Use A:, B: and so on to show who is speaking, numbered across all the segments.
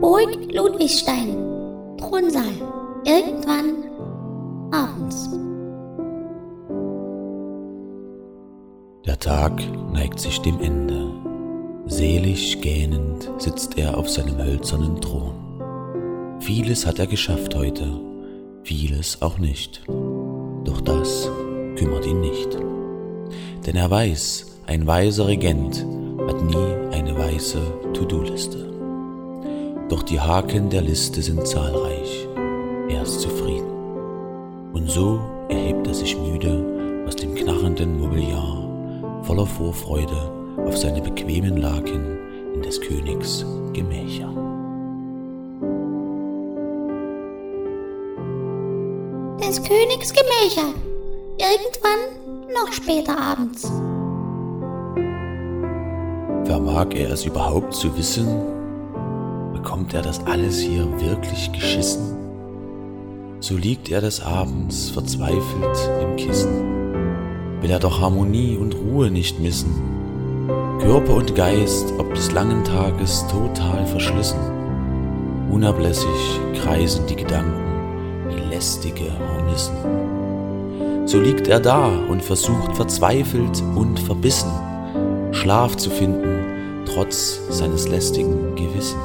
A: Burg Ludwigstein, Thronsaal, irgendwann abends.
B: Der Tag neigt sich dem Ende. Selig gähnend sitzt er auf seinem hölzernen Thron. Vieles hat er geschafft heute, vieles auch nicht. Doch das kümmert ihn nicht. Denn er weiß, ein weiser Regent hat nie eine weiße To-Do-Liste. Doch die Haken der Liste sind zahlreich. Er ist zufrieden. Und so erhebt er sich müde aus dem knarrenden Mobiliar, voller Vorfreude auf seine bequemen Laken in des Königs Gemächer.
A: Des Königs Gemächer, irgendwann noch später abends.
B: Vermag er es überhaupt zu wissen? Bekommt er das alles hier wirklich geschissen? So liegt er des Abends verzweifelt im Kissen. Will er doch Harmonie und Ruhe nicht missen. Körper und Geist, ob des langen Tages total verschlissen. Unablässig kreisen die Gedanken, wie lästige Hornissen. So liegt er da und versucht verzweifelt und verbissen, Schlaf zu finden, trotz seines lästigen Gewissen.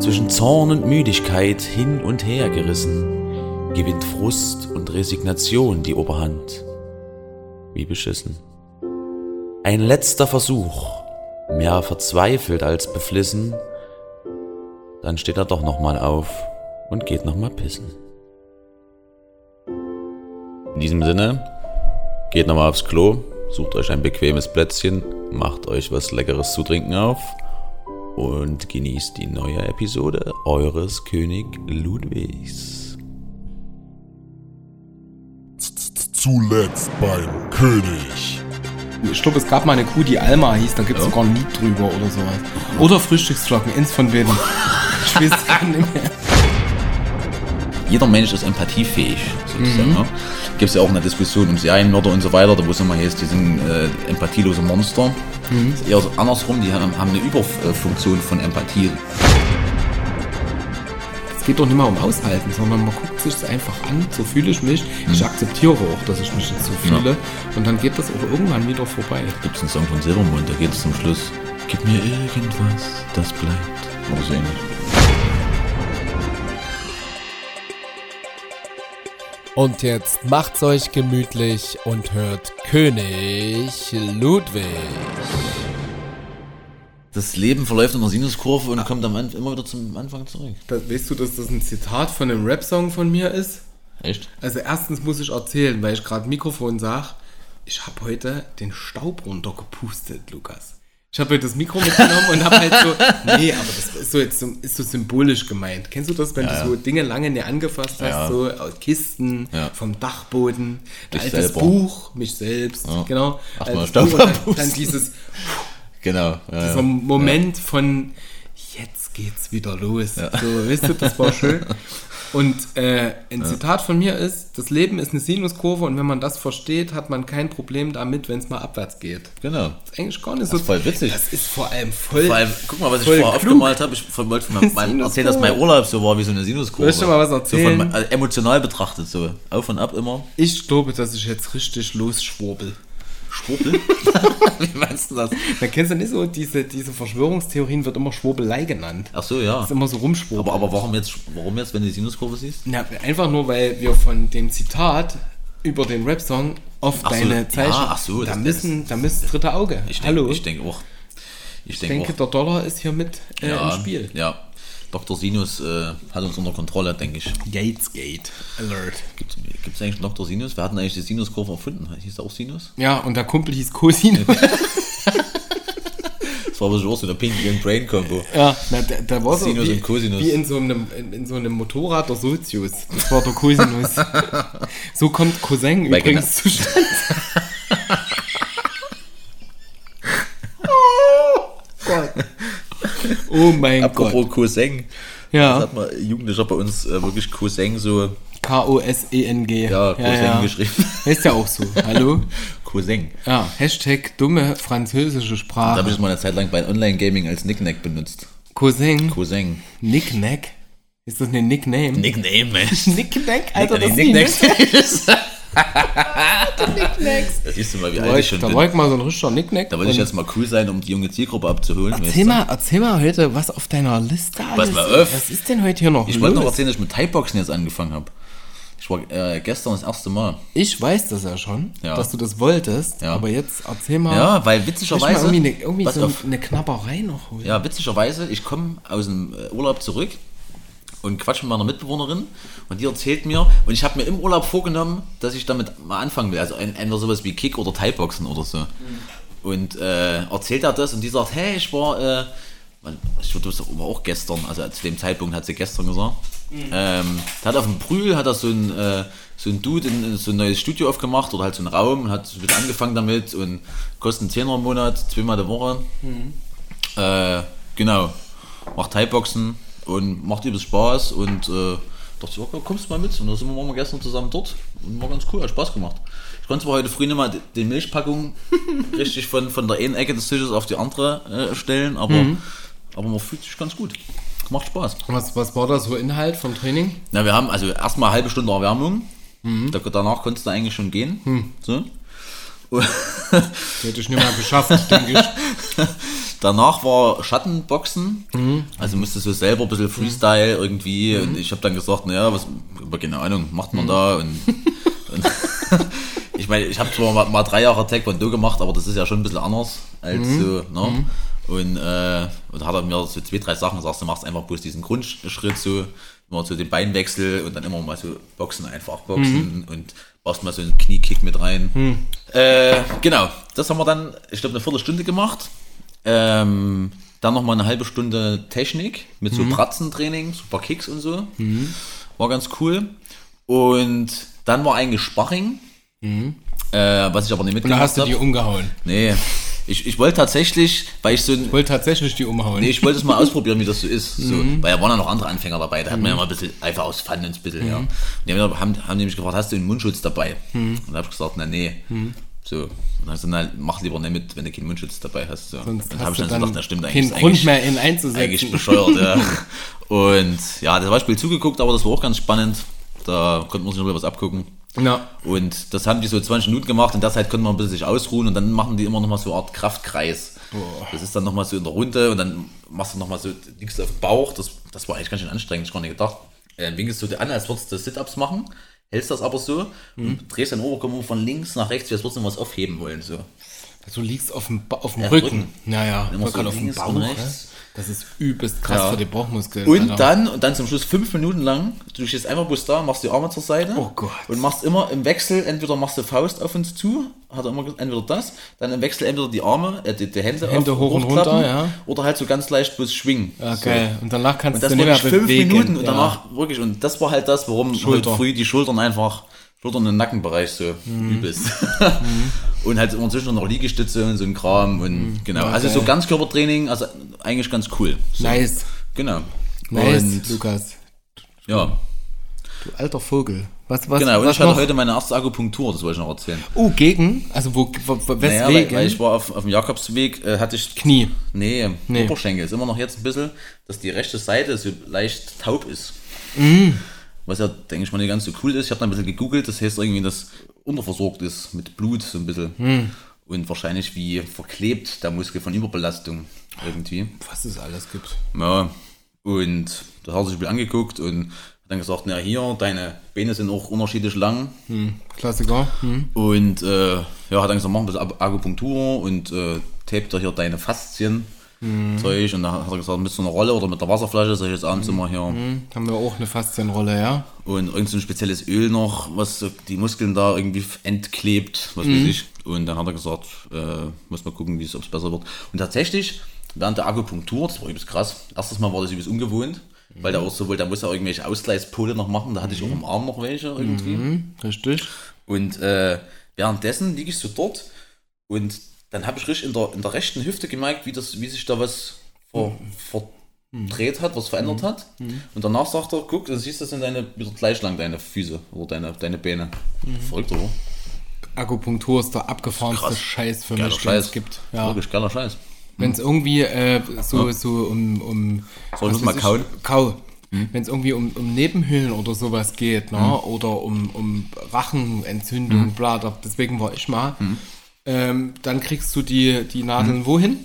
B: Zwischen Zorn und Müdigkeit hin und her gerissen, gewinnt Frust und Resignation die Oberhand. Wie beschissen. Ein letzter Versuch, mehr verzweifelt als beflissen, dann steht er doch nochmal auf und geht nochmal pissen. In diesem Sinne, geht nochmal aufs Klo, sucht euch ein bequemes Plätzchen, macht euch was Leckeres zu trinken auf und genießt die neue Episode eures König Ludwigs.
C: Zuletzt beim König.
D: Ich glaube, es gab mal eine Kuh, die Alma hieß, da gibt es sogar ein Lied drüber oder sowas. Oder Frühstücksflocken, eins von beiden. ich weiß gar nicht mehr.
E: jeder Mensch ist empathiefähig,
B: Mhm.
E: sozusagen. Ne? Gibt es ja auch eine Diskussion um Serienmörder und so weiter, da wo es immer heißt, die sind äh, empathielose Monster.
B: Mhm.
E: Ist eher so andersrum, die haben, haben eine Überfunktion von Empathie.
D: Es geht doch nicht mal um Aushalten, sondern man guckt sich das einfach an, so fühle ich mich. Ich akzeptiere auch, dass ich mich jetzt so fühle. Und dann geht das auch irgendwann wieder vorbei.
E: Gibt es einen Song von Silbermond, da geht es zum Schluss. Gib mir irgendwas, das bleibt. Oder so ähnlich.
F: Und jetzt macht's euch gemütlich und hört König Ludwig.
E: Das Leben verläuft in einer Sinuskurve und kommt am Anfang immer wieder zum Anfang zurück.
D: Das, weißt du, dass das ein Zitat von einem Rap-Song von mir ist?
E: Echt?
D: Also erstens muss ich erzählen, weil ich gerade Mikrofon sag, ich habe heute den Staub runtergepustet, Lukas. Ich habe heute das Mikro mitgenommen und habe halt so, nee, aber das ist so jetzt so, ist so symbolisch gemeint. Kennst du das, wenn du so Dinge lange nicht angefasst hast,
E: Ja.
D: so aus Kisten,
E: Ja.
D: vom Dachboden, ein
E: Dich
D: altes
E: selber.
D: Buch, mich selbst, genau.
E: Ach, mal
D: altes
E: Staub
D: Buch und dann,
E: abpusten.
D: dann dieses
E: Genau. Ja,
D: dieser
E: ja.
D: Moment von jetzt geht's wieder los. So, weißt du, das war schön. Und äh, ein Zitat von mir ist, das Leben ist eine Sinuskurve und wenn man das versteht, hat man kein Problem damit, wenn es mal abwärts geht.
E: Genau.
D: Das ist eigentlich gar nicht
E: Das
D: so.
E: ist voll witzig.
D: Das ist vor allem voll.
E: Vor allem, guck mal, was ich
D: voll
E: vorher
D: klug.
E: aufgemalt habe. Ich voll- wollte von meinem erzählen, dass mein Urlaub so war wie so eine Sinuskurve.
D: Soll ich dir mal was erzählen?
E: So von, also emotional betrachtet, so auf und ab immer.
D: Ich glaube, dass ich jetzt richtig losschwurbel.
E: Schwurbel. wie meinst du das?
D: Da kennst du nicht so, diese, diese Verschwörungstheorien wird immer Schwurbelei genannt.
E: Ach so, ja.
D: Das ist immer so rumschwurbeln.
E: Ah. Aber, aber warum, jetzt, warum jetzt, wenn du die Sinuskurve siehst?
D: Na, einfach nur, weil wir von dem Zitat über den Rap-Song auf
E: Ach so,
D: deine
E: ja,
D: Zeichen.
E: ach so,
D: da
E: das-
D: müssen, da müssen das dritte Auge.
E: Ich denke,
D: Hallo.
E: ich denke auch. Ich,
D: Ich
E: denke,
D: denke, der Dollar ist hier mit äh,
E: auch. ja,
D: im Spiel.
E: Ja. Dr. Sinus äh, hat uns unter Kontrolle, denke ich.
D: Gatesgate Alert.
E: Gibt es eigentlich einen Dr. Sinus? Wir hatten eigentlich die Sinuskurve erfunden. Hieß der auch Sinus?
D: Ja, und der Kumpel hieß Cosine.
E: Das war wahrscheinlich auch so eine Pinky and Brain Combo.
D: ja, na, der, der war so
E: Sinus
D: wie,
E: und Cosinus.
D: wie in so einem in, in so einem Motorrad der Sozius. Das war der Cosinus. so kommt Cousin
E: Weil
D: übrigens zustande. oh Gott. Oh mein Gott.
E: Apropos Cousin. Das
D: Ja.
E: hat mal Jugendlicher bei uns äh, wirklich Cousin so,
D: E K-O-S-E-N-G.
E: ja, Cousin geschrieben.
D: Heißt ja auch so. Hallo?
E: Cousin.
D: Ja, Hashtag dumme französische
E: Da habe
D: Sprache.
E: ich mal eine Zeit lang bei Online-Gaming als Nicknack benutzt.
D: Cousin.
E: Cousin.
D: Nicknack. Ist das eine Nickname?
E: Nickname, Mensch.
D: Nicknack, Alter, Also, das ist
E: Nicknacks.
D: Nicknack.
E: Das siehst du mal, wie
D: Da
E: alt ich schon bin.
D: wollte ich mal so ein richtiger Nicknack.
E: Da wollte ich
D: Und
E: jetzt mal cool sein, um die junge Zielgruppe abzuholen.
D: Erzähl mal, erzähl mal heute, was auf deiner Liste alles
E: mal auf.
D: ist. Was ist denn heute hier noch
E: Ich
D: los?
E: wollte noch erzählen, dass ich mit Thai-Boxen jetzt angefangen habe. Ich war äh, gestern das erste Mal.
D: Ich weiß das ja schon,
E: Ja.
D: dass du das wolltest,
E: Ja.
D: aber jetzt erzähl mal.
E: Ja, weil
D: ich mal
E: witzigerweise.
D: irgendwie, eine, irgendwie
E: Pass
D: so
E: auf.
D: eine Knabberei noch holen.
E: Ja, witzigerweise, ich komme aus dem äh, Urlaub zurück und quatsche mit meiner Mitbewohnerin und die erzählt mir, und ich habe mir im Urlaub vorgenommen, dass ich damit mal anfangen will. Also ein- entweder sowas wie Kick oder Thai-Boxen oder so. Und äh, erzählt er das und die sagt, hey, ich war, äh, wann- ich würde das aber auch gestern, also zu dem Zeitpunkt hat sie gestern gesagt, ähm, da hat auf dem Brühl hat er so ein, äh, so ein Dude in, in so ein neues Studio aufgemacht oder halt so einen Raum und hat mit angefangen damit und kostet einen Zehner im Monat, zweimal die Woche. Äh, genau. Macht Thai-Boxen und macht übelst Spaß und äh, dachte ich, okay, kommst du mal mit? Und da sind wir waren wir gestern zusammen dort und war ganz cool, hat Spaß gemacht. Ich konnte zwar heute früh nicht mal die- die Milchpackung richtig von, von der einen Ecke des Tisches auf die andere äh, stellen, aber, aber man fühlt sich ganz gut. Macht Spaß.
D: Was, was war da so Inhalt vom Training?
E: Na, wir haben also erstmal eine halbe Stunde Erwärmung. Da, danach konntest du eigentlich schon gehen. So.
D: Das hätte ich nicht mal geschafft, denke ich.
E: Danach war Schattenboxen, also musste so selber ein bisschen Freestyle irgendwie und ich habe dann gesagt, naja, was, aber keine Ahnung, macht man da und, und ich meine, ich habe zwar mal, mal drei Jahre Taekwondo gemacht, aber das ist ja schon ein bisschen anders als so, ne? Und, äh, und hat er mir so zwei, drei Sachen gesagt, du machst einfach bloß diesen Grundschritt so, immer so den Beinwechsel und dann immer mal so Boxen, einfach Boxen und brauchst mal so einen Kniekick mit rein. Äh, genau, das haben wir dann, ich glaube, eine Viertelstunde gemacht. Ähm, dann nochmal eine halbe Stunde Technik mit so Pratzentraining, super Kicks und so. War ganz cool. Und dann war eigentlich Sparring, äh, was ich aber nicht
D: Mhm. Und da
E: mitgemacht
D: hast du die
E: habe.
D: umgehauen.
E: Nee, ich, ich wollte tatsächlich, weil ich so ein.
D: Ich wollte tatsächlich die umhauen.
E: Nee, ich wollte es mal ausprobieren, wie das so ist. So,
D: Mhm.
E: Weil da waren ja noch andere Anfänger dabei. Da hat man ja mal ein bisschen einfach aus Fun ins bisschen, ja.
D: Mhm.
E: Und die haben, haben, haben die mich gefragt, hast du einen Mundschutz dabei? Und da habe ich gesagt, na nee.
D: Mhm.
E: So. Und dann hast du, na, mach lieber nicht mit, wenn du keinen Mundschutz dabei hast. So.
D: Sonst
E: dann
D: hast
E: habe ich dann
D: du
E: so
D: dann
E: gedacht, na stimmt eigentlich.
D: keinen
E: ist eigentlich-
D: Grund mehr, ihn
E: eigentlich
D: einzusetzen.
E: bescheuert, ja. Und ja, das war Spiel zugeguckt, aber das war auch ganz spannend. Da konnte man sich noch ein bisschen was abgucken.
D: Ja.
E: Und das haben die so 20 Minuten gemacht und das halt konnte man ein bisschen sich ausruhen und dann machen die immer nochmal so eine Art Kraftkreis. Das ist dann nochmal so in der Runde und dann machst du nochmal so, liegst auf dem Bauch. Das, das war eigentlich ganz schön anstrengend, ich gar nicht gedacht. Äh, winkelst du dir an, als würdest du Sit-Ups machen, hältst das aber so und drehst deinen Oberkörper von links nach rechts, als würdest du was aufheben wollen. So.
D: Du liegst auf dem, Ba- auf dem
E: Ja,
D: Rücken.
E: Rücken.
D: Naja,
E: Immer
D: voll
E: so
D: gerade auf dem
E: links
D: Bauch.
E: und
D: ne?
E: rechts.
D: Das ist übelst krass
E: Ja.
D: für die Bauchmuskeln.
E: Und
D: Alter.
E: dann, und dann zum Schluss fünf Minuten lang, du stehst einfach bloß da, machst die Arme zur Seite
D: Oh Gott.
E: und machst immer im Wechsel, entweder machst du Faust auf uns zu, hat er immer gesagt, entweder das, dann im Wechsel entweder die Arme, äh, die, die Hände,
D: Hände
E: auf-
D: hoch und
E: hochklappen
D: runter, ja.
E: oder halt so ganz leicht bloß schwingen.
D: Ja, geil. Und danach kannst
E: Und das
D: du nicht mehr
E: wirklich fünf
D: bewegen.
E: Minuten und
D: ja.
E: danach wirklich, und das war halt das, warum
D: Schulter.
E: heute früh die Schultern einfach, Schultern und Nackenbereich so
D: Mhm.
E: übelst. und halt immer zwischendurch noch Liegestütze und so ein Kram und
D: Mhm.
E: genau. Also so Ganzkörpertraining, also eigentlich ganz cool. So,
D: Nice.
E: Genau.
D: Nice,
E: Und
D: Lukas.
E: ja,
D: Du alter Vogel. Was, was,
E: Genau, und
D: was
E: ich hatte
D: noch?
E: heute meine erste Akupunktur, das wollte ich noch erzählen.
D: Oh, gegen? Also wo, wo, wo
E: Naja,
D: weswegen?
E: weil, weil ich war auf, auf dem Jakobsweg, äh, hatte ich.
D: Knie.
E: Nee, Oberschenkel. Ist immer noch jetzt ein bisschen, dass die rechte Seite so leicht taub ist.
D: Mm.
E: Was ja, denke ich mal, nicht ganz so cool ist. Ich habe dann ein bisschen gegoogelt, das heißt irgendwie, dass unterversorgt ist mit Blut so ein bisschen.
D: Mm.
E: Und wahrscheinlich wie verklebt der Muskel von Überbelastung irgendwie.
D: Was es alles gibt.
E: Ja, und das hat er sich ein bisschen angeguckt und hat dann gesagt, na hier, deine Beine sind auch unterschiedlich lang.
D: Klassiker. Hm.
E: Und äh, ja, hat dann gesagt, machen wir das Akupunktur und äh, tapet doch hier deine Faszien. Zeug und dann hat er gesagt, mit so einer Rolle oder mit der Wasserflasche, sag ich jetzt abends immer hier.
D: Haben wir auch eine Faszienrolle, ja?
E: Und irgend so ein spezielles Öl noch, was so die Muskeln da irgendwie entklebt, was weiß ich. Und dann hat er gesagt, äh, muss mal gucken, wie es, ob es besser wird. Und tatsächlich, während der Akupunktur, das war übelst krass, erstes Mal war das übelst ungewohnt, weil da auch sowohl, da muss er irgendwelche Ausgleichspole noch machen, da hatte ich auch am Arm noch welche irgendwie.
D: Richtig.
E: Und äh, währenddessen liege ich so dort und dann habe ich richtig in der, in der rechten Hüfte gemerkt, wie, das, wie sich da was ver,
D: Hm.
E: verdreht hat, was verändert hat. Und danach sagt er, guck, dann siehst du das in deine, wieder gleich lang deine Füße oder deine, deine Beine. Verrückt, oder?
D: Akupunktur ist Hm. der abgefahrenste
E: Krass.
D: Scheiß für
E: Geiler
D: mich, den
E: Scheiß.
D: es gibt. Ja.
E: Wirklich geiler Scheiß.
D: Wenn es irgendwie äh, so, so um, um
E: Soll ich
D: was
E: mal
D: weiß
E: kauen? Hm?
D: Kau. Wenn es irgendwie um, um Nebenhöhlen oder sowas geht, ne? oder um, um Rachenentzündung,
E: Hm.
D: bla, da, deswegen war ich mal, ähm, dann kriegst du die, die Nadeln wohin?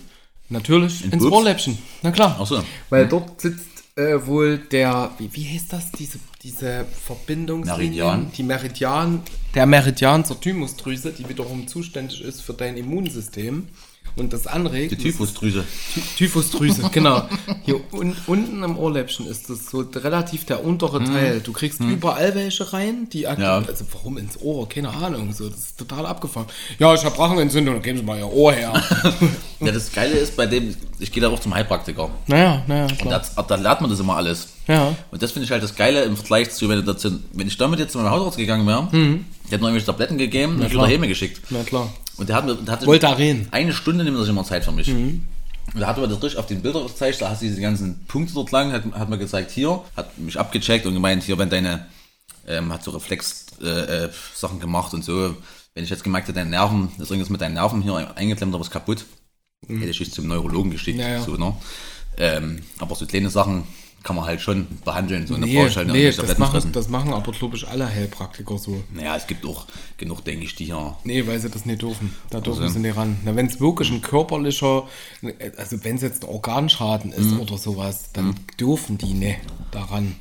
D: Natürlich ins
E: Pups?
D: Ohrläppchen, na klar.
E: Hm. Ach so. Hm.
D: Weil dort sitzt äh, wohl der, wie, wie heißt das, diese, diese Verbindungslinie,
E: Meridian.
D: die Meridian, der Meridian zur Thymusdrüse, die wiederum zuständig ist für dein Immunsystem und das anregt.
E: Die Typhusdrüse.
D: Ty Typhusdrüse, genau. Hier un unten im Ohrläppchen ist das so relativ der untere Teil. Du kriegst überall welche rein, die aktiv-
E: Ja.
D: also warum ins Ohr, keine Ahnung, so das ist total abgefahren. Ja, ich habe Rachenentzündung, dann geben Sie mal Ihr Ohr her.
E: Ja, das Geile ist bei dem, ich gehe da auch zum Heilpraktiker.
D: naja, naja,
E: Und
D: klar.
E: da, da lernt man das immer alles.
D: Ja.
E: Und das finde ich halt das Geile im Vergleich zu, wenn, du dazu, wenn ich damit jetzt zu meinem Hausarzt gegangen wäre, der hat mir irgendwelche Tabletten gegeben und ich wieder
D: Mhm. klar.
E: Heme geschickt.
D: Na klar.
E: Und der hat mir, der hat
D: Voltaren.
E: Eine Stunde nimmt das immer Zeit für mich.
D: Mhm.
E: Und da hat mir das richtig auf den Bildern gezeigt, da hast du diese ganzen Punkte dort lang, hat, hat mir gezeigt, hier, hat mich abgecheckt und gemeint, hier, wenn deine, ähm, hat so Reflex-Sachen äh, Sachen gemacht und so, wenn ich jetzt gemerkt hätte, deine Nerven, das ist irgendwas mit deinen Nerven hier eingeklemmt, da was kaputt, hätte ich dich zum Neurologen geschickt.
D: Mhm. Ja, ja.
E: So, ne? ähm, aber so kleine Sachen kann man halt schon behandeln, so eine ne,
D: Nee,
E: Baustelle
D: nee das, machen, das machen aber, glaube ich, alle Heilpraktiker so.
E: Naja, es gibt auch genug, denke ich, die hier
D: Nee, weil sie das nicht dürfen. Da dürfen sie nicht ran. Na, wenn es wirklich ein körperlicher, also wenn es jetzt ein Organschaden ist oder sowas, dann dürfen die nicht daran.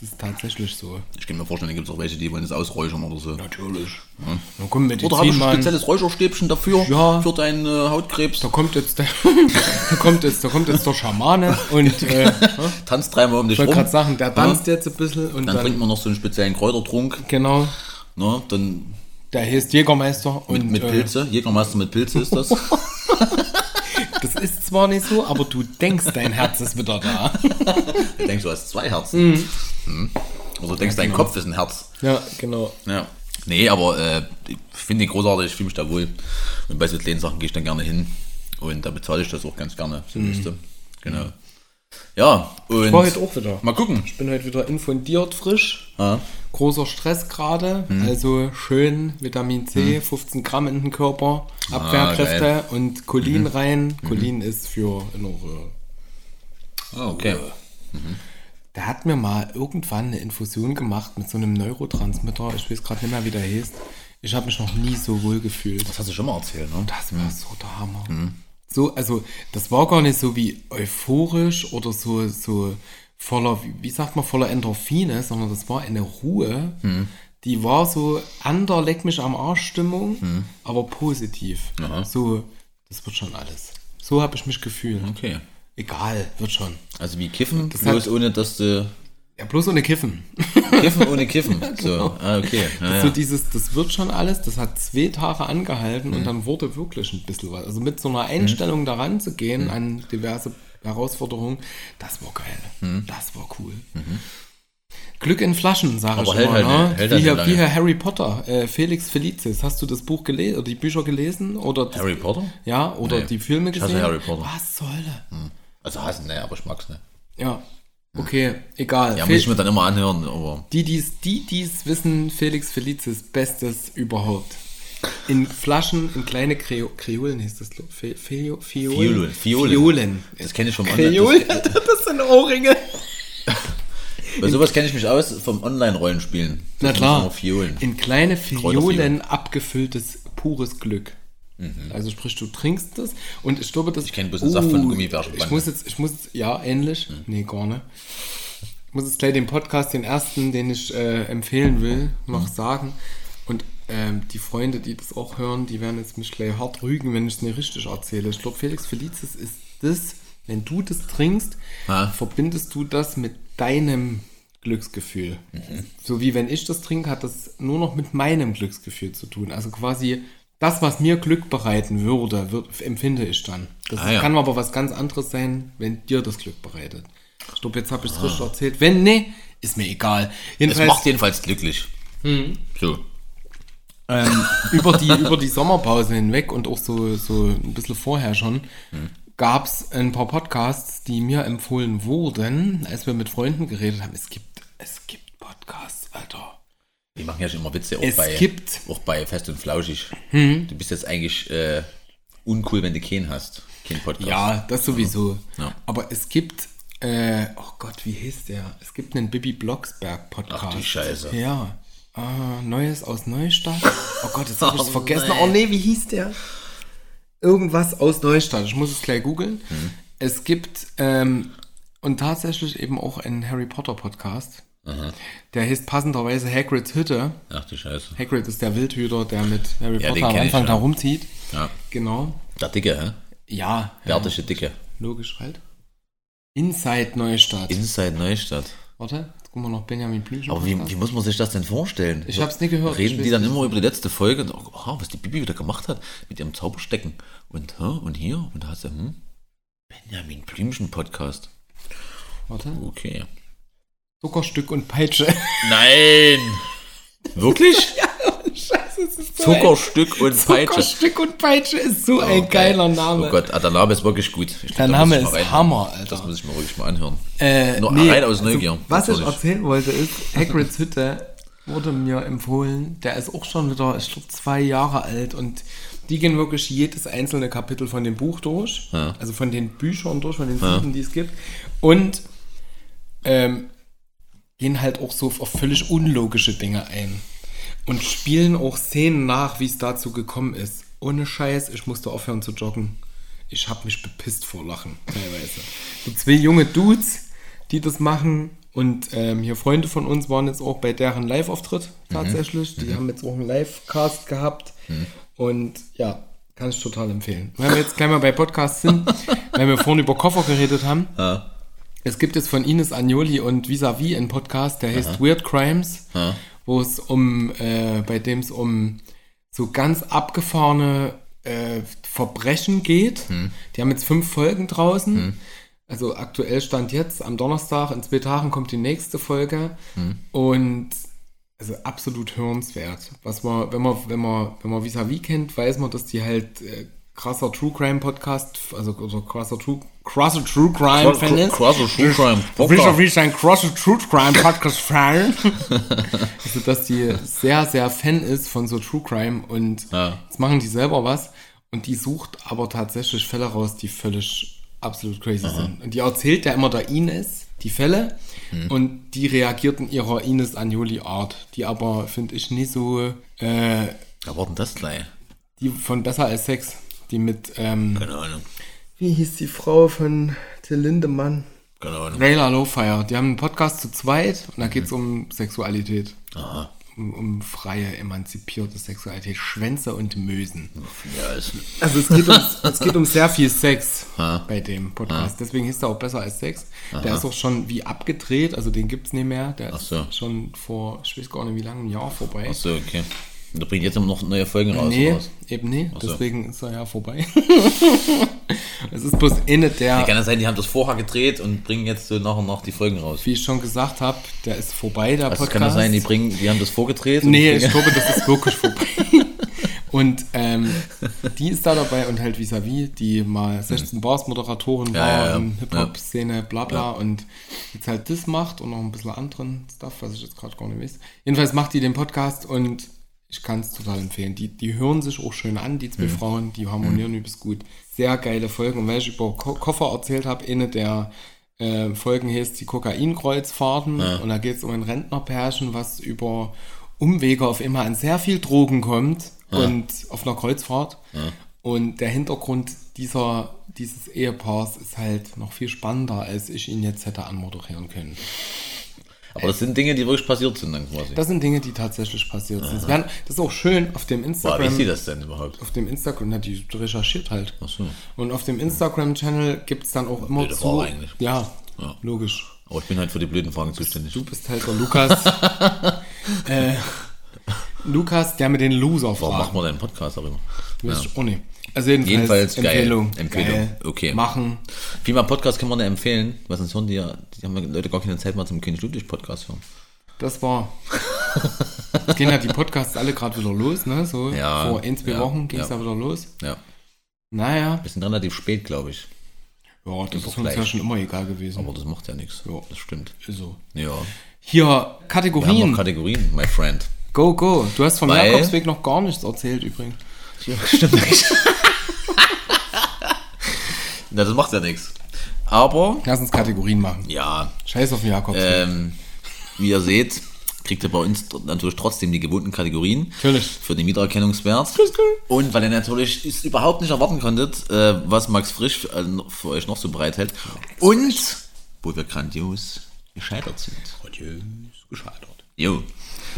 D: Das ist tatsächlich so.
E: Ich kann mir vorstellen, da gibt es auch welche, die wollen das ausräuchern oder so. Natürlich.
D: Na komm, Medizin,
E: Oder habe ich ein
D: Mann.
E: spezielles Räucherstäbchen dafür?
D: Ja.
E: Für deinen äh, Hautkrebs?
D: Da kommt jetzt der, da kommt jetzt, da kommt jetzt der Schamane und äh, ich
E: Tanzt dreimal um dich
D: wollte
E: rum.
D: gerade sagen, der tanzt
E: ja.
D: jetzt ein bisschen und
E: Dann,
D: dann,
E: trinkt man noch so einen speziellen Kräutertrunk.
D: genau,
E: Ne? Dann
D: der heißt Jägermeister und
E: mit
D: äh,
E: Pilze. Jägermeister mit Pilze ist das.
D: das ist zwar nicht so, aber du denkst, dein Herz ist wieder da.
E: du denkst, du hast zwei Herzen. Mhm. Oder du denkst, dein
D: genau.
E: Kopf ist ein Herz.
D: Ja, genau.
E: Ja. Nee, aber äh, ich finde den großartig, ich fühle mich da wohl. Und bei so kleinen Sachen gehe ich dann gerne hin. Und da bezahle ich das auch ganz gerne. So
D: Mhm.
E: wisst ihr. Genau. Ja, und
D: War heute auch wieder.
E: mal gucken.
D: Ich bin heute wieder infundiert frisch.
E: Ja.
D: Großer Stress gerade. Also schön Vitamin C, 15 Gramm in den Körper, Abwehrkräfte und Cholin rein. Cholin ist für innere.
E: Ah, okay.
D: Der hat mir mal irgendwann eine Infusion gemacht mit so einem Neurotransmitter. Ich weiß gerade nicht mehr, wie der heißt. Ich habe mich noch nie so wohl gefühlt.
E: Das hast du schon mal erzählt, ne?
D: Das war so der Hammer.
E: Mhm.
D: So, also, das war gar nicht so wie euphorisch oder so, so voller, wie- wie sagt man, voller Endorphine, sondern das war eine Ruhe,
E: Mhm.
D: die war so an der Leck mich am Arsch-Stimmung,
E: Mhm.
D: aber positiv. So, das wird schon alles. So habe ich mich gefühlt.
E: Okay.
D: Egal, wird schon.
E: Also wie Kiffen,
D: Das
E: bloß
D: hat-
E: ohne dass du...
D: Ja, bloß ohne Kiffen.
E: Kiffen ohne Kiffen. So, ah, okay. Ja,
D: So
E: ja.
D: dieses, genau. das wird schon alles, das hat zwei Tage angehalten
E: Mhm.
D: und dann wurde wirklich ein bisschen was. Also mit so einer Einstellung daran zu gehen
E: Mhm.
D: an diverse Herausforderungen, das war geil.
E: Mhm.
D: Das war cool. Glück in Flaschen, sage ich
E: Aber hält
D: immer.
E: halt
D: ne?
E: nicht- hält
D: wie,
E: halt
D: hier,
E: nicht
D: wie
E: lange.
D: hier Harry Potter, äh, Felix Felicis. Hast du das Buch gelesen oder die Bücher gelesen? Oder das,
E: Harry Potter?
D: Ja, oder
E: Nee.
D: die Filme
E: Ich
D: gesehen?
E: hasse Harry Potter.
D: Was zur Hölle?
E: Also hassen, ne, aber ich mag's nicht.
D: Ja. Okay, egal.
E: Ja,
D: Fe-
E: muss ich mir dann immer anhören, aber...
D: die, die's, die, die's wissen, Felix Felicis Bestes überhaupt. In Flaschen, in kleine Kreo Kreolen hieß das. glaub- Fe Feo
E: Fiolen.
D: Fiolen.
E: Fiolen. Oh
D: Fiolen.
E: Das kenne ich vom
D: Kreolen,
E: Online.
D: das sind Ohrringe.
E: Das, bei sowas kenne ich mich aus vom Online-Rollenspielen. Das
D: Na
E: sind
D: klar.
E: immer Fiolen.
D: Genau. In kleine
E: Kräuterfiolen.
D: Fiolen abgefülltes pures Glück. Also sprich, du trinkst das und ich glaube, das. Ich
E: Mhm. kenn bloß den Saft von Mhm. Gummibärchenbande.
D: Ich muss jetzt, ich muss, ja, ähnlich. Nee, gar nicht. Ich muss jetzt gleich den Podcast, den ersten, den ich äh, empfehlen will, noch
E: Mhm.
D: sagen. Und ähm, die Freunde, die das auch hören, die werden jetzt mich gleich hart rügen, wenn ich es nicht richtig erzähle. Ich glaube, Felix Felicis ist das, wenn du das trinkst,
E: Ja.
D: verbindest du das mit deinem Glücksgefühl.
E: Mhm.
D: So wie wenn ich das trinke, hat das nur noch mit meinem Glücksgefühl zu tun. Also quasi das, was mir Glück bereiten würde, wird, empfinde ich dann. Das
E: Ah, ja.
D: kann aber was ganz anderes sein, wenn dir das Glück bereitet. Ich glaube, jetzt habe ich es richtig erzählt. Wenn nee, ist mir egal.
E: Es
D: Jedenfalls
E: macht jedenfalls glücklich.
D: Hm.
E: So.
D: ähm, über, die, über die Sommerpause hinweg und auch so, so ein bisschen vorher schon
E: Hm.
D: gab es ein paar Podcasts, die mir empfohlen wurden, als wir mit Freunden geredet haben. Es gibt, es gibt Podcasts, Alter.
E: Die machen ja schon immer Witze, auch,
D: Es
E: bei,
D: gibt- Hm.
E: auch bei Fest und Flauschig. Du bist jetzt eigentlich äh, uncool, wenn du keinen hast. Kein Podcast.
D: Ja, das sowieso.
E: also, Ja.
D: Aber es gibt, äh, oh Gott, wie hieß der? Es gibt einen Bibi Blocksberg Podcast.
E: Ach du Scheiße.
D: Ja. Ah, Neues aus Neustadt. Oh Gott, jetzt habe ich
E: Oh,
D: es vergessen.
E: nee.
D: Oh nee, wie hieß der? Irgendwas aus Neustadt. Ich muss es gleich googeln.
E: Hm.
D: Es gibt ähm, und tatsächlich eben auch einen Harry Potter Podcast. Der heißt passenderweise Hagrids Hütte.
E: Ach du Scheiße.
D: Hagrid ist der Wildhüter, der mit Harry
E: Ja, den
D: Potter am
E: kenn ich
D: Anfang
E: schon.
D: da rumzieht.
E: Ja.
D: Genau.
E: Der Dicke, hä?
D: Ja. ähm,
E: Bärtische Dicke.
D: Logisch halt. Inside Neustadt.
E: Inside Neustadt.
D: Warte, jetzt gucken wir noch Benjamin Blümchen.
E: Aber wie,
D: Podcast.
E: wie muss man sich das denn vorstellen?
D: Ich hab's nie gehört,
E: Reden
D: ich
E: die
D: weiß
E: dann
D: nicht.
E: immer über die letzte Folge und oh, ah, was die Bibi wieder gemacht hat mit ihrem Zauberstecken. Und, hä, und hier und da hast du, hm? Benjamin Blümchen Podcast.
D: Warte.
E: Okay.
D: Zuckerstück und Peitsche.
E: Nein! Wirklich?
D: Scheiße, es ist so ein-
E: Zuckerstück und Peitsche.
D: Zuckerstück und Peitsche ist so
E: Oh,
D: ein
E: geil.
D: geiler Name.
E: Oh Gott, Adalabe ist wirklich gut. Ich glaub,
D: Der
E: da
D: Name
E: muss ich mal
D: ist
E: reinhören.
D: Hammer, Alter.
E: Das muss ich mir wirklich mal anhören.
D: Äh,
E: Nur rein aus Neugier.
D: was ich
E: Natürlich.
D: erzählen wollte ist, Hagrids Hütte wurde mir empfohlen. Der ist auch schon wieder, ich glaube, zwei Jahre alt und die gehen wirklich jedes einzelne Kapitel von dem Buch durch.
E: Ja.
D: Also von den Büchern durch, von den sieben, die es gibt. Und ähm, gehen halt auch so auf völlig unlogische Dinge ein. Und spielen auch Szenen nach, wie es dazu gekommen ist. Ohne Scheiß, ich musste aufhören zu joggen. Ich habe mich bepisst vor Lachen, teilweise. So zwei junge Dudes, die das machen. Und ähm, hier Freunde von uns waren jetzt auch bei deren Live-Auftritt tatsächlich. Die haben jetzt auch einen Live-Cast gehabt. Und ja, kann ich total empfehlen. Wenn wir jetzt gleich mal bei Podcasts sind, weil wir vorhin über Koffer geredet haben. Es gibt jetzt von Ines Agnoli und Visavi einen Podcast, der heißt Weird Crimes, wo es um, äh, bei dem es um so ganz abgefahrene äh, Verbrechen geht. Die haben jetzt fünf Folgen draußen. Also aktuell stand jetzt am Donnerstag, in zwei Tagen kommt die nächste Folge. Und also absolut hörenswert. Was man, wenn man, wenn man, wenn man vis-à-vis kennt, weiß man, dass die halt äh, krasser True Crime Podcast, also, also krasser True krasser True Crime Fan ist.
E: Krasser True Crime.
D: Vis-à-vis ist ein krasser True Crime Podcast Fan. also, dass die sehr, sehr Fan ist von so True Crime und
E: Ja.
D: jetzt machen die selber was und die sucht aber tatsächlich Fälle raus, die völlig absolut crazy sind. Und die erzählt ja immer der Ines die Fälle und die reagiert in ihrer Ines Anjoli Art, die aber, finde ich, nie so, äh,
E: Da war denn das gleich?
D: die von Besser als Sex, die mit, ähm,
E: Keine Ahnung.
D: wie hieß die Frau von Till Lindemann?
E: Keine Ahnung.
D: Rayla Lowfire, die haben einen Podcast zu zweit und da geht es um Sexualität.
E: Mhm. Aha.
D: Um, um freie, emanzipierte Sexualität, Schwänze und Mösen.
E: Ja, ist.
D: Also es geht um, es geht um sehr viel Sex
E: Ha.
D: bei dem Podcast. Deswegen hieß der auch besser als Sex. Der ist auch schon wie abgedreht, also den gibt es nicht mehr. Der
E: Ach so.
D: ist schon vor, ich weiß gar nicht wie lange, ein Jahr vorbei.
E: Achso, okay. Und da bringt jetzt immer noch neue Folgen raus.
D: nee,
E: oder was?
D: eben nee,
E: so.
D: deswegen ist er ja vorbei. es ist bloß inne der,
E: Kann das sein, die haben das vorher gedreht und bringen jetzt so nach und nach die Folgen raus.
D: wie ich schon gesagt habe, der ist vorbei, der
E: Also
D: Podcast.
E: kann das sein, die bringen, die haben das vorgedreht? und
D: Nee,
E: bringen-
D: ich glaube, das ist wirklich vorbei. Und ähm, die ist da dabei und halt vis-à-vis, die mal 16 Bars-Moderatorin war
E: ja, ja.
D: in Hip-Hop-Szene, bla bla und jetzt halt das macht und noch ein bisschen anderen Stuff, was ich jetzt gerade gar nicht weiß. Jedenfalls macht die den Podcast und ich kann es total empfehlen. Die, die hören sich auch schön an, die zwei
E: Mhm.
D: Frauen, die harmonieren übelst gut. Sehr geile Folgen. Und weil ich über Ko Koffer erzählt habe, eine der äh, Folgen heißt die Kokainkreuzfahrten und da geht es um ein Rentnerpärchen, was über Umwege auf immer an sehr viel Drogen kommt und auf einer Kreuzfahrt. Und der Hintergrund dieser, dieses Ehepaars ist halt noch viel spannender, als ich ihn jetzt hätte anmoderieren können.
E: Aber das sind Dinge, die wirklich passiert sind dann quasi.
D: Das sind Dinge, die tatsächlich passiert sind. Das, werden, das ist auch schön auf dem
E: Boah, wie
D: Instagram.
E: ist die das denn überhaupt?
D: auf dem Instagram, na, die recherchiert halt.
E: Achso.
D: Und auf dem Instagram-Channel gibt es dann auch immer
E: Blöde
D: zu.
E: Frau eigentlich.
D: Ja,
E: Ja.
D: logisch.
E: Aber ich bin halt für die blöden Fragen zuständig.
D: Du bist halt der Lukas. äh, Lukas, der mit den
E: Warum machen
D: Loser-Fragen.
E: wir denn einen Podcast darüber?
D: Weiß ich auch nicht. Also jedenfalls,
E: Jedenfalls geil.
D: Empfehlung.
E: Empfehlung. Okay.
D: Machen.
E: Viel mal Podcast kann man ja empfehlen, weil sonst hören die ja, die haben ja Leute gar keine Zeit mehr zum König Ludwig Podcast hören.
D: Das war. Jetzt gehen ja die Podcasts alle gerade wieder los, ne? So
E: Ja,
D: vor ein, zwei
E: ja,
D: Wochen ging es
E: ja.
D: ja. wieder los.
E: Ja.
D: Naja.
E: Wir sind relativ spät, glaube ich.
D: Ja, das,
E: ist
D: ist uns
E: gleich.
D: ja schon immer egal gewesen.
E: Aber das macht ja nichts.
D: Ja.
E: Das stimmt.
D: so.
E: Ja.
D: Hier,
E: Wir haben noch
D: Kategorien.
E: Kategorien, my friend.
D: go, go. Du hast vom
E: Weil-
D: Jakobsweg noch gar nichts erzählt übrigens.
E: Ja, stimmt. Na, das macht ja nichts. Aber,
D: Lass uns Kategorien machen.
E: ja,
D: Scheiß auf den Jakob.
E: ähm, wie ihr seht, kriegt ihr bei uns tr- natürlich trotzdem die gewohnten Kategorien.
D: Natürlich.
E: Für den Wiedererkennungswert. Und weil ihr natürlich es überhaupt nicht erwarten konntet, äh, was Max Frisch für, äh, für euch noch so bereithält. Und, wo wir grandios gescheitert sind.
D: Grandios gescheitert.
E: Jo.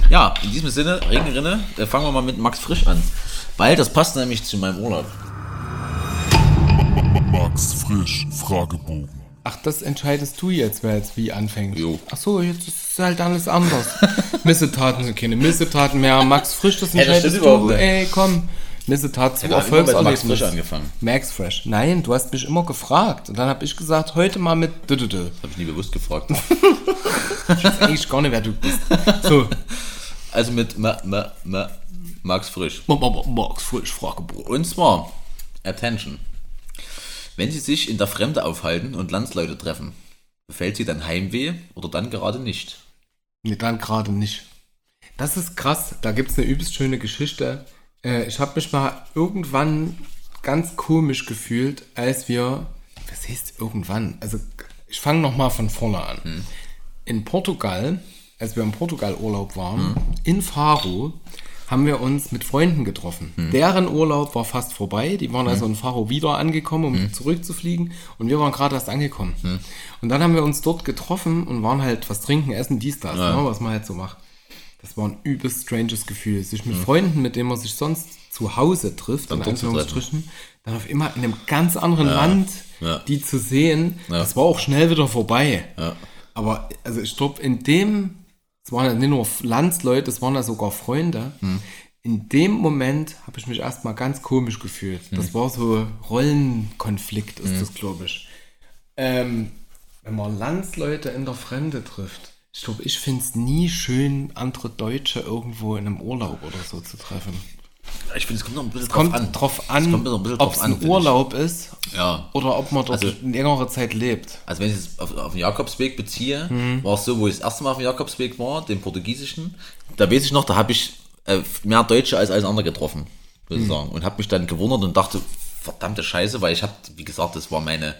E: Ja, in diesem Sinne, Regenrinne, äh, fangen wir mal mit Max Frisch an. Weil das passt nämlich zu meinem Urlaub.
C: Max Frisch Fragebogen.
D: Ach, das entscheidest du jetzt, wer jetzt wie anfängt.
E: Jo.
D: Ach so, jetzt ist es halt alles anders. Missetaten sind keine Missetaten mehr. Max Frisch, das
E: das
D: entscheidest
E: stimmt
D: du.
E: überhaupt nicht.
D: Ey, komm. Missetat zu
E: wir haben immer mit Max
D: Erfolgserlebnis.
E: Frisch angefangen.
D: Max Fresh. Nein, du hast mich immer gefragt. Und dann habe ich gesagt, heute mal mit... Dö, dö, dö.
E: Habe ich nie bewusst gefragt.
D: Ich weiß eigentlich gar nicht, wer du bist. So.
E: Also mit Ma, Ma, Ma, Max Frisch.
D: Max Frisch, Fragebogen.
E: Und zwar, Attention. Wenn Sie sich in der Fremde aufhalten und Landsleute treffen, befällt Sie dann Heimweh oder dann gerade nicht?
D: Nee, dann gerade nicht. Das ist krass. Da gibt es eine übelst schöne Geschichte. Äh, ich habe mich mal irgendwann ganz komisch gefühlt, als wir. Was heißt irgendwann? Also, ich fange nochmal von vorne an. In Portugal, als wir im Portugal Urlaub waren, in Faro, haben wir uns mit Freunden getroffen. Deren Urlaub war fast vorbei. Die waren also in Faro wieder angekommen, um zurückzufliegen. Und wir waren gerade erst angekommen. Und dann haben wir uns dort getroffen und waren halt was trinken, essen, dies, das, ne, was man halt so macht. Das war ein übelst stranges Gefühl. Sich mit Freunden, mit denen man sich sonst zu Hause trifft, in
E: dort zu
D: Anführungsstrichen, dann auf immer in einem ganz anderen Land
E: halt Ja.
D: die zu sehen. Das war auch schnell wieder vorbei. Aber also ich glaube, in dem, es waren ja nicht nur Landsleute, es waren ja sogar Freunde.
E: Hm.
D: In dem Moment habe ich mich erstmal ganz komisch gefühlt.
E: Hm.
D: Das war so Rollenkonflikt, ist das, glaube ich. Ähm, wenn man Landsleute in der Fremde trifft, ich glaube, ich finde es nie schön, andere Deutsche irgendwo in einem Urlaub oder so zu treffen.
E: Ich finde, es kommt noch ein bisschen
D: Kommt drauf an,
E: kommt noch ein bisschen drauf
D: ob es
E: an,
D: ein
E: find ich.
D: Urlaub ist
E: Ja.
D: oder ob man dort
E: Also-
D: längere Zeit lebt.
E: Also wenn ich es auf, auf den Jakobsweg beziehe, war es so, wo ich das erste Mal auf dem Jakobsweg war, dem portugiesischen, da weiß ich noch, da habe ich äh, mehr Deutsche als alles andere getroffen, würde ich sagen. Und habe mich dann gewundert und dachte, verdammte Scheiße, weil ich habe, wie gesagt, das war meine,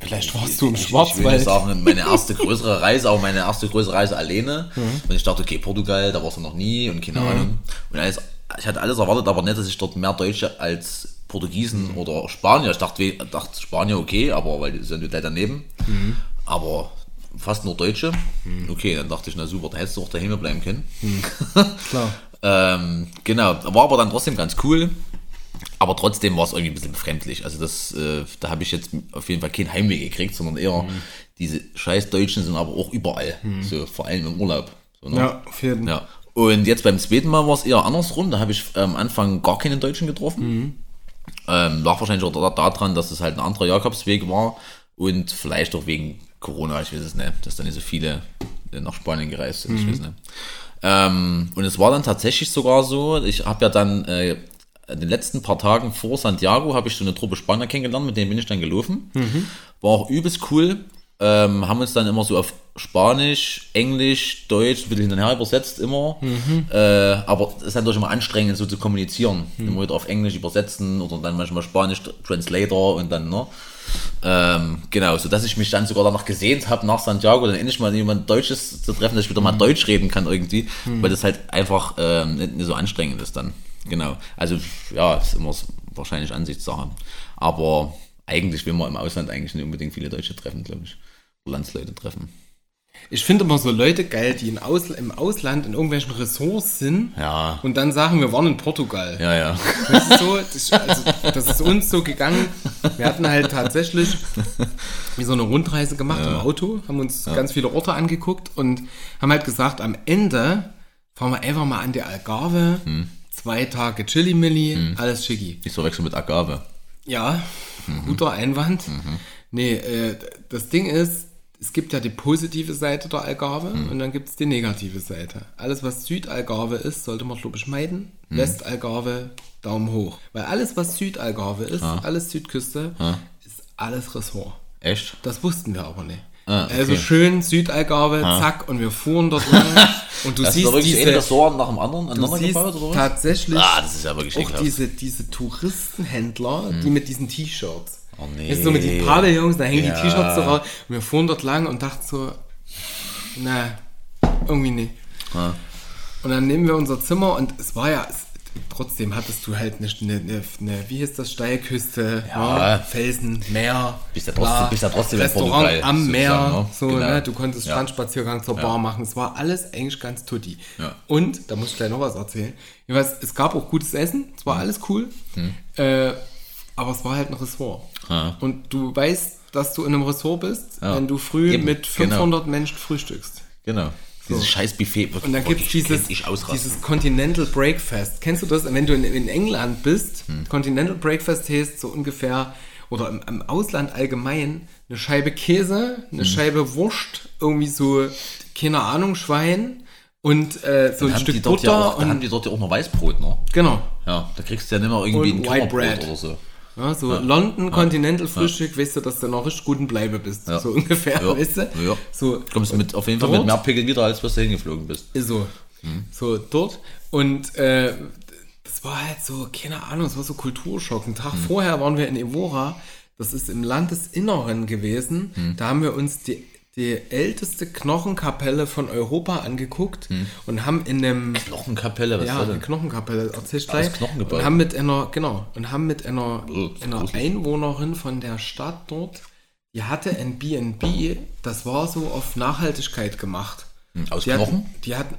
D: Vielleicht warst du im
E: Ich will nicht
D: Schwarzwald.
E: sagen, meine erste größere Reise, auch meine erste größere Reise alleine.
D: Mhm.
E: Und ich dachte, okay, Portugal, da warst du noch nie und keine Ahnung. Und alles, ich hatte alles erwartet, aber nicht, dass ich dort mehr Deutsche als Portugiesen
D: Mhm.
E: oder Spanier. Ich dachte, we- dachte Spanier okay, aber weil die sind gleich daneben.
D: Mhm.
E: Aber fast nur Deutsche. Okay, dann dachte ich, na super, da hättest du auch daheim bleiben können.
D: Klar.
E: Ähm, genau, war aber dann trotzdem ganz cool. Aber trotzdem war es irgendwie ein bisschen befremdlich. Also das, äh, da habe ich jetzt auf jeden Fall keinen Heimweh gekriegt, sondern eher diese scheiß Deutschen sind aber auch überall. So, vor allem im Urlaub. So, ne?
D: Ja, auf jeden
E: Ja. Und jetzt beim zweiten Mal war es eher andersrum. Da habe ich ähm, am Anfang gar keinen Deutschen getroffen. Ähm, lag wahrscheinlich auch da- daran, dass es halt ein anderer Jakobsweg war und vielleicht auch wegen Corona, ich weiß es nicht, dass da nicht so viele äh, nach Spanien gereist sind, ich weiß nicht. Ähm, und es war dann tatsächlich sogar so, ich habe ja dann äh, in den letzten paar Tagen vor Santiago habe ich so eine Truppe Spanier kennengelernt, mit denen bin ich dann gelaufen. War auch übelst cool. Ähm, haben uns dann immer so auf Spanisch, Englisch, Deutsch, ein bisschen hin und her übersetzt immer. Äh, aber es ist natürlich immer anstrengend, so zu kommunizieren. Immer wieder auf Englisch übersetzen oder dann manchmal Spanisch Translator und dann, ne? Ähm, genau, so dass ich mich dann sogar danach gesehnt habe, nach Santiago, dann endlich mal jemand Deutsches zu treffen, dass ich wieder
D: Mhm.
E: mal Deutsch reden kann irgendwie, weil das halt einfach ähm, nicht nicht so anstrengend ist dann. Genau. Also, ja, ist immer s- wahrscheinlich Ansichtssache. Aber eigentlich will man im Ausland eigentlich nicht unbedingt viele Deutsche treffen, glaube ich. Oder Landsleute treffen.
D: Ich finde immer so Leute geil, die in Ausl im Ausland in irgendwelchen Ressorts sind
E: Ja.
D: und dann sagen, wir waren in Portugal.
E: Ja, ja.
D: Das, ist so, das, ist- also, das ist uns so gegangen. Wir hatten halt tatsächlich wie so eine Rundreise gemacht im Auto, haben uns ganz viele Orte angeguckt und haben halt gesagt, am Ende fahren wir einfach mal an die Algarve, zwei Tage Chili-Milli, alles schicki.
E: Ich verwechsel mit Agave.
D: Ja,
E: Mhm.
D: guter Einwand. Nee, äh, das Ding ist, es gibt ja die positive Seite der Algarve
E: Mhm.
D: und dann gibt es die negative Seite. Alles, was Südalgarve ist, sollte man, glaube ich, meiden.
E: Mhm.
D: Westalgarve, Daumen hoch. Weil alles, was Südalgarve ist, alles Südküste, ist alles Ressort.
E: Echt?
D: Das wussten wir aber nicht.
E: Ah, okay.
D: Also schön Südalgarve, zack, und wir fuhren dort lang Und du
E: Hast du
D: siehst
E: da wirklich
D: diese-
E: einen Restaurant nach dem anderen
D: Du
E: aneinander
D: siehst
E: gebaut oder was?
D: tatsächlich
E: Ah, das ist ja wirklich
D: auch
E: ekelhaft. Hm.
D: diese, diese Touristenhändler, die mit diesen T-Shirts.
E: Oh, nee.
D: Weißt du, mit den Pavillons, da hängen
E: Ja.
D: die T-Shirts so raus. Und wir fuhren dort lang und dachten so, na, irgendwie nicht.
E: Ja.
D: Und dann nehmen wir unser Zimmer und es war ja, es, trotzdem hattest du halt eine, eine, eine, eine wie hieß das, Steilküste,
E: Ja.
D: ne, Felsen, Meer.
E: Bist ja trotzdem-
D: bla,
E: bist ja trotzdem in
D: Restaurant
E: Portugal,
D: am
E: sozusagen,
D: Meer.
E: ne?
D: So,
E: Genau.
D: ne, du konntest
E: Ja.
D: Strandspaziergang zur Bar machen. Es war alles eigentlich ganz tutti.
E: Ja.
D: Und, da muss ich gleich noch was erzählen, ich weiß, es gab auch gutes Essen, es war
E: Mhm.
D: alles cool, äh, aber es war halt ein Ressort.
E: Ja.
D: Und du weißt, dass du in einem Ressort bist,
E: Ah. Ja.
D: wenn du früh
E: Eben,
D: mit 500 Menschen frühstückst.
E: Genau. Dieses scheiß Buffet.
D: Und da gibt es dieses, dieses Continental Breakfast. Kennst du das? Wenn du in, in England bist,
E: Mhm.
D: Continental Breakfast heißt so ungefähr, oder im, im Ausland allgemein, eine Scheibe Käse,
E: Mhm.
D: eine Scheibe Wurst, irgendwie so, keine Ahnung, Schwein und äh, so
E: dann
D: ein
E: haben, die
D: Stück
E: dort
D: Butter
E: ja auch, dann haben
D: und
E: die dort ja auch noch Weißbrot, ne?
D: genau.
E: Ja, da kriegst du ja nicht mehr irgendwie
D: Und
E: ein
D: White
E: Körnerbrot
D: Bread.
E: oder so.
D: Ja, so London Continental Frühstück, weißt du, dass du noch richtig guten Bleibe bist.
E: Ja.
D: So ungefähr,
E: Ja.
D: weißt du?
E: Ja.
D: So,
E: Kommst du mit, auf jeden Fall
D: Dort?
E: mit mehr Pickel wieder, als was du hingeflogen bist.
D: Ist so.
E: Mhm.
D: So dort. Und äh, das war halt so, keine Ahnung, es war so Kulturschock. Einen
E: Mhm.
D: Tag vorher waren wir in Evora, das ist im Landesinneren gewesen.
E: Mhm.
D: Da haben wir uns die, die älteste Knochenkapelle von Europa angeguckt
E: Mhm.
D: und haben in einem.
E: Knochenkapelle, was
D: Ja,
E: war
D: eine
E: denn?
D: Knochenkapelle, erzähl ich gleich.
E: Knochen gebaut.
D: und haben mit einer, genau, und haben mit einer,
E: ist
D: einer
E: gruselig.
D: Einwohnerin von der Stadt dort, die hatte ein B&B, das war so auf Nachhaltigkeit gemacht.
E: Hm, Aus
D: Die hatten,
E: Knochen?
D: die hatten,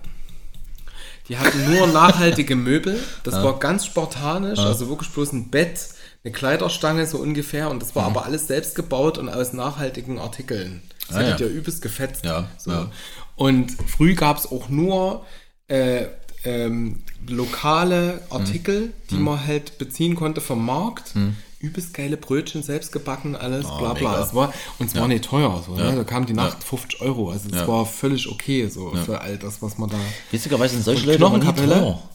D: die hatten nur nachhaltige Möbel. Das
E: Ah.
D: war ganz spartanisch, also wirklich bloß ein Bett, eine Kleiderstange so ungefähr. Und das war
E: Hm.
D: aber alles selbst gebaut und aus nachhaltigen Artikeln. Das
E: Ah,
D: hätte
E: ja.
D: ja übelst gefetzt.
E: Ja,
D: so.
E: ja.
D: Und früh gab es auch nur äh, ähm, lokale Artikel, die
E: Mhm.
D: man halt beziehen konnte vom Markt. Übelst geile Brötchen, selbst gebacken, alles, bla bla.
E: Ah, mega.
D: Es war, und es war nicht teuer. So, ne? Da kam die Nacht 50 Euro. Also es war völlig okay so für all das, was man da.
E: Witzigerweise sind solche
D: Und
E: Leute aber nie
D: Knochenkapelle?
E: teuer.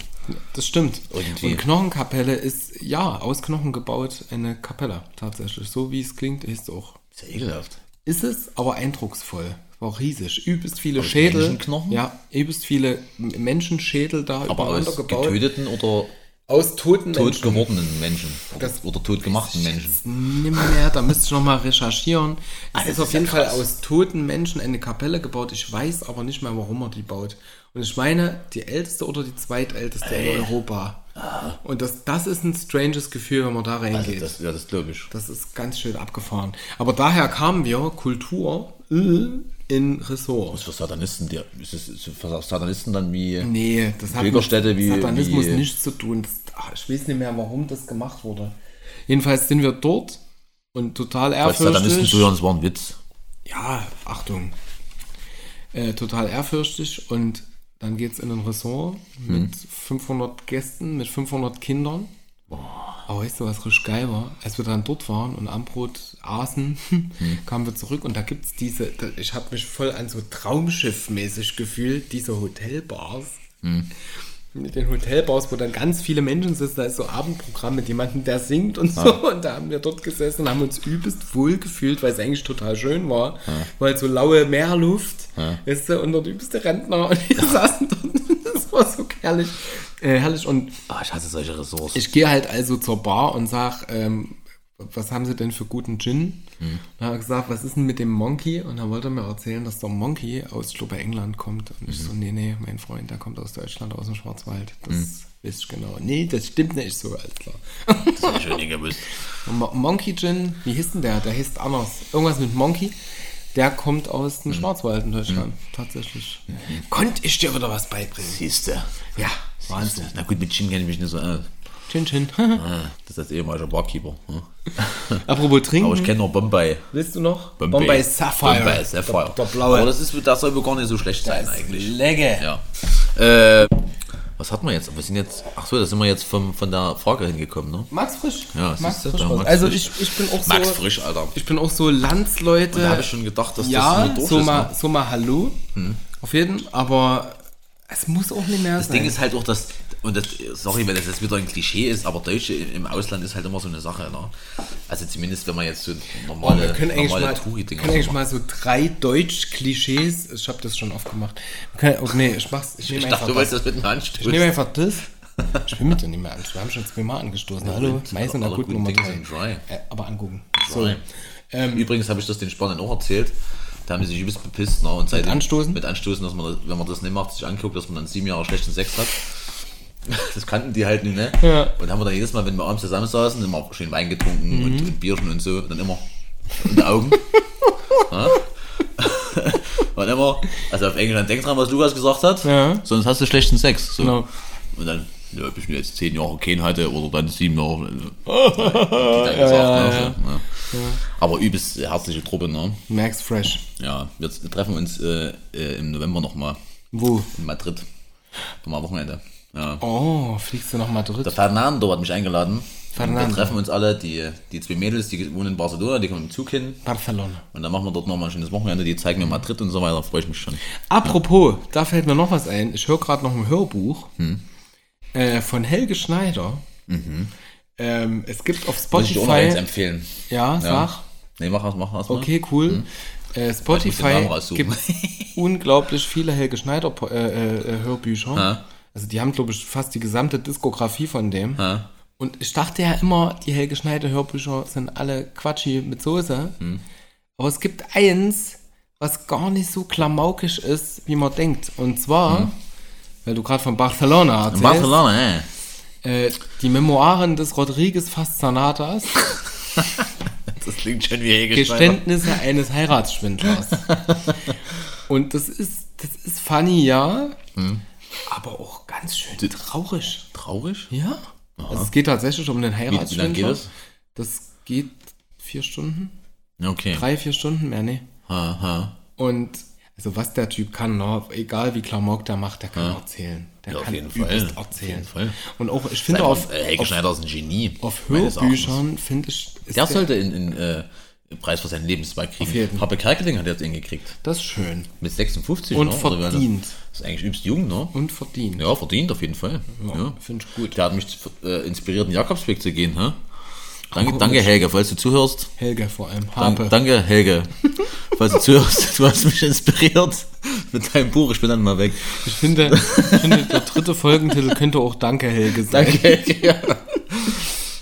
D: Das stimmt.
E: Irgendwie.
D: Und Knochenkapelle ist, ja, aus Knochen gebaut, eine Kapelle tatsächlich. So wie es klingt, ist es auch.
E: Ist ja ekelhaft.
D: Ist es, aber eindrucksvoll. War auch riesig. Übelst viele
E: Aus
D: Schädel.
E: Menschenknochen?
D: Ja, übelst viele M- Menschenschädel da
E: Aber aus
D: gebaut.
E: getöteten oder
D: Aus toten
E: tot
D: Menschen.
E: gewordenen Menschen. Oder,
D: Das-
E: oder tot gemachten Menschen.
D: Nimmer, da müsste ich nochmal recherchieren. Es ist
E: Ah, ist
D: auf
E: ja
D: jeden Fall
E: krass.
D: aus toten Menschen eine Kapelle gebaut. Ich weiß aber nicht mehr, warum er die baut. Und ich meine, die älteste oder die zweitälteste in Europa. Und das, das ist ein stranges Gefühl, wenn man da
E: Ah. Also
D: reingeht.
E: das, ja, das glaube ich.
D: Das ist ganz schön abgefahren. Aber daher kamen wir, Kultur, äh, in Ressort.
E: Ist für Satanisten, der, ist es ist für Satanisten dann wie.
D: Nee, das hat
E: Pilgerstätte
D: mit
E: wie-
D: Satanismus
E: wie-
D: nichts zu tun. Das, ach, ich weiß nicht mehr, warum das gemacht wurde. Jedenfalls sind wir dort und total
E: Falls Satanisten
D: ehrfürchtig.
E: zuhören, das war ein Witz.
D: Ja, Achtung. Äh, total ehrfürchtig und dann geht es in ein Ressort
E: Hm.
D: mit 500 Gästen, mit 500 Kindern. Aber weißt du, was richtig geil war? Als wir dann dort waren und Ambrot aßen, kamen wir zurück und da gibt es diese, da, ich habe mich voll an so Traumschiff-mäßig gefühlt, diese Hotelbars. Mit den Hotelbars, wo dann ganz viele Menschen sitzen, da ist so Abendprogramm mit jemandem, der singt und so. Und da haben wir dort gesessen und haben uns übelst wohl gefühlt, weil es eigentlich total schön war. Weil so laue Meerluft, weißt du, und dort übelste Rentner und wir saßen dort. Das war so herrlich. Äh, herrlich und
E: Ah, ich hasse solche Ressorts.
D: ich gehe halt also zur Bar und sag, ähm, was haben sie denn für guten Gin?
E: Hm.
D: Und dann hat er gesagt, was ist denn mit dem Monkey? Und dann wollte er mir erzählen, dass der Monkey aus, ich glaube, England kommt. Und ich so,
E: Mhm.
D: nee, nee, mein Freund, der kommt aus Deutschland, aus dem Schwarzwald. Das weiß ich genau. Nee, das stimmt nicht so, alles klar.
E: das hätte ich schon nie gewusst.
D: Mo- Monkey Gin, wie hieß denn der? Der hieß anders. Irgendwas mit Monkey. Der kommt aus
E: Mhm.
D: dem Schwarzwald in Deutschland, tatsächlich. Konnte ich dir wieder was beibringen?
E: Siehste.
D: Ja,
E: Wahnsinn. Na gut, mit Gin kenne ich mich nicht so aus.
D: Gin, Gin.
E: Ah, Das ist als ehemaliger Barkeeper. hm.
D: Apropos trinken.
E: Aber ich kenne nur Bombay.
D: Willst du noch?
E: Bombay,
D: Sapphire.
E: Bombay Sapphire.
D: Der, der blaue.
E: Aber Oh, das, ist, das soll wohl gar nicht so schlecht sein eigentlich.
D: Legge.
E: Ja. Äh, was hatten wir jetzt? Wir sind jetzt. Ach so, da sind wir jetzt vom, von der Frage hingekommen, ne?
D: Max Frisch.
E: Ja,
D: Max
E: siehst du,
D: Frisch.
E: da,
D: war's.
E: Max
D: also
E: Frisch.
D: Ich, ich bin auch so.
E: Max Frisch, Alter.
D: Ich bin auch so Landsleute.
E: Da habe ich schon gedacht, dass das
D: ja,
E: nur doof
D: so
E: ist.
D: mal,
E: ne?
D: so mal Hallo. Auf jeden, aber Es muss auch nicht mehr
E: Das Ding ist halt auch, dass, und das, sorry, wenn das jetzt wieder ein Klischee ist, aber Deutsche im im Ausland ist halt immer so eine Sache, ne? Also zumindest, wenn man jetzt so
D: Oh, wir
E: normale,
D: können eigentlich,
E: normale
D: mal,
E: Touri-Dinger
D: können eigentlich
E: so
D: mal so drei Deutsch-Klischees. Ich habe das schon oft gemacht. Wir können, oh, nee, ich mach's. Ich
E: Ich
D: nehme
E: dachte,
D: einfach,
E: du wolltest
D: das.
E: das mit einem
D: Ich nehm
E: Anstoß.
D: einfach das. Ich will mit dir nicht mehr an. Wir haben schon zweimal angestoßen. Hallo,
E: gut,
D: Mais in der
E: alle
D: guten
E: guten
D: Nummer
E: Dinge
D: drei.
E: sind dry.
D: Äh, aber angucken. So. Ähm,
E: Dry. Übrigens habe ich das den Spaniern auch erzählt. Da haben die sich übelst bepisst. Ne? Und seitdem,
D: Anstoßen?
E: Mit Anstoßen, dass man, das, wenn man das nicht macht, sich anguckt, dass man dann sieben Jahre schlechten Sex hat. Das kannten die halt nicht, ne?
D: Ja.
E: Und haben wir dann jedes Mal, wenn wir abends zusammen saßen, immer schön Wein getrunken
D: Mhm.
E: und, und Bierchen und so, dann immer in die Augen. ja? Und immer, also auf England, denk dran, was Lukas gesagt hat,
D: Ja.
E: sonst hast du schlechten Sex. So.
D: Genau.
E: Und dann, ja, ob ich mir jetzt zehn Jahre keinen hatte oder dann sieben Jahre. äh, die dann gesagt, ne? So, ne? Aber übelst herzliche Truppe, ne?
D: Max Fresh.
E: Ja, wir z- treffen uns äh, äh, im November nochmal
D: Wo?
E: in Madrid. Nochmal am Wochenende. Ja.
D: Oh, fliegst du nach Madrid?
E: Der Fernando hat mich eingeladen.
D: Fernando.
E: Und wir treffen uns alle, die, die zwei Mädels, die wohnen in Barcelona, die kommen im Zug hin.
D: Barcelona.
E: Und dann machen wir dort nochmal ein schönes Wochenende, die zeigen mir Madrid und so weiter, freue ich mich schon.
D: Apropos, da fällt mir noch was ein. Ich höre gerade noch ein Hörbuch
E: Hm.
D: äh, von Helge Schneider. Ähm, es gibt auf
E: Mhm. Muss ich auch noch eins
D: Spotify.
E: empfehlen.
D: Ja, sag.
E: Nee, mach was, mach was.
D: Okay, cool. Äh,
E: Ich Ne? Hm. muss den
D: Spotify
E: Namen raussuchen.
D: gibt unglaublich viele Helge Schneider po- äh, äh, äh, Hörbücher.
E: Ja.
D: Also die haben, glaube ich, fast die gesamte Diskografie von dem.
E: Ja.
D: Und ich dachte ja immer, die Helge Schneider Hörbücher sind alle Quatschi mit Soße.
E: Hm.
D: Aber es gibt eins, was gar nicht so klamaukisch ist, wie man denkt. Und zwar, weil du gerade von Barcelona erzählst,
E: Hm. Barcelona, ey.
D: Äh, die Memoiren des Rodriguez Fascanatas,
E: Das klingt schon wie Hegel.
D: Geständnisse eines Heiratsschwindlers. Und das ist, das ist funny, ja,
E: Hm.
D: aber auch ganz schön traurig.
E: Traurig?
D: Ja. Also es geht tatsächlich um den Heiratsschwindler.
E: Wie- wie lange geht das?
D: Das geht vier Stunden,
E: Okay.
D: drei, vier Stunden mehr, ne?
E: Ha, ha.
D: Und also was der Typ kann, ne? egal wie Klamauk der macht, der kann erzählen. Der
E: Ja, auf
D: kann
E: jeden Fall.
D: übelst
E: Auf
D: erzählen.
E: jeden Fall.
D: Und auch, ich
E: Ist
D: finde
E: einfach-
D: auf,
E: äh, Helge
D: auf,
E: Schneider ist ein Genie.
D: auf
E: meines Erachtens.
D: Hörbüchern, finde ich, ist
E: Der sollte in, in äh, Preis für seinen Lebenswerk kriegen.
D: Auf jeden.
E: Habe Kerkeling hat jetzt ihn gekriegt.
D: das schön
E: Mit 56,
D: Und
E: ne? Oder wie war das?
D: verdient.
E: Das ist eigentlich übst jung, ne?
D: und verdient.
E: Ja, verdient auf jeden Fall. Ja,
D: Finde ich gut.
E: Der hat mich äh, inspiriert, den Jakobsweg zu gehen, hä? Danke, danke Helge, falls du zuhörst.
D: Helge vor allem, Harpe.
E: Danke, danke Helge, falls du zuhörst. Du hast mich inspiriert mit deinem Buch. Ich bin dann mal weg.
D: Ich finde, ich finde, der dritte Folgentitel könnte auch Danke Helge sein.
E: Danke. ja.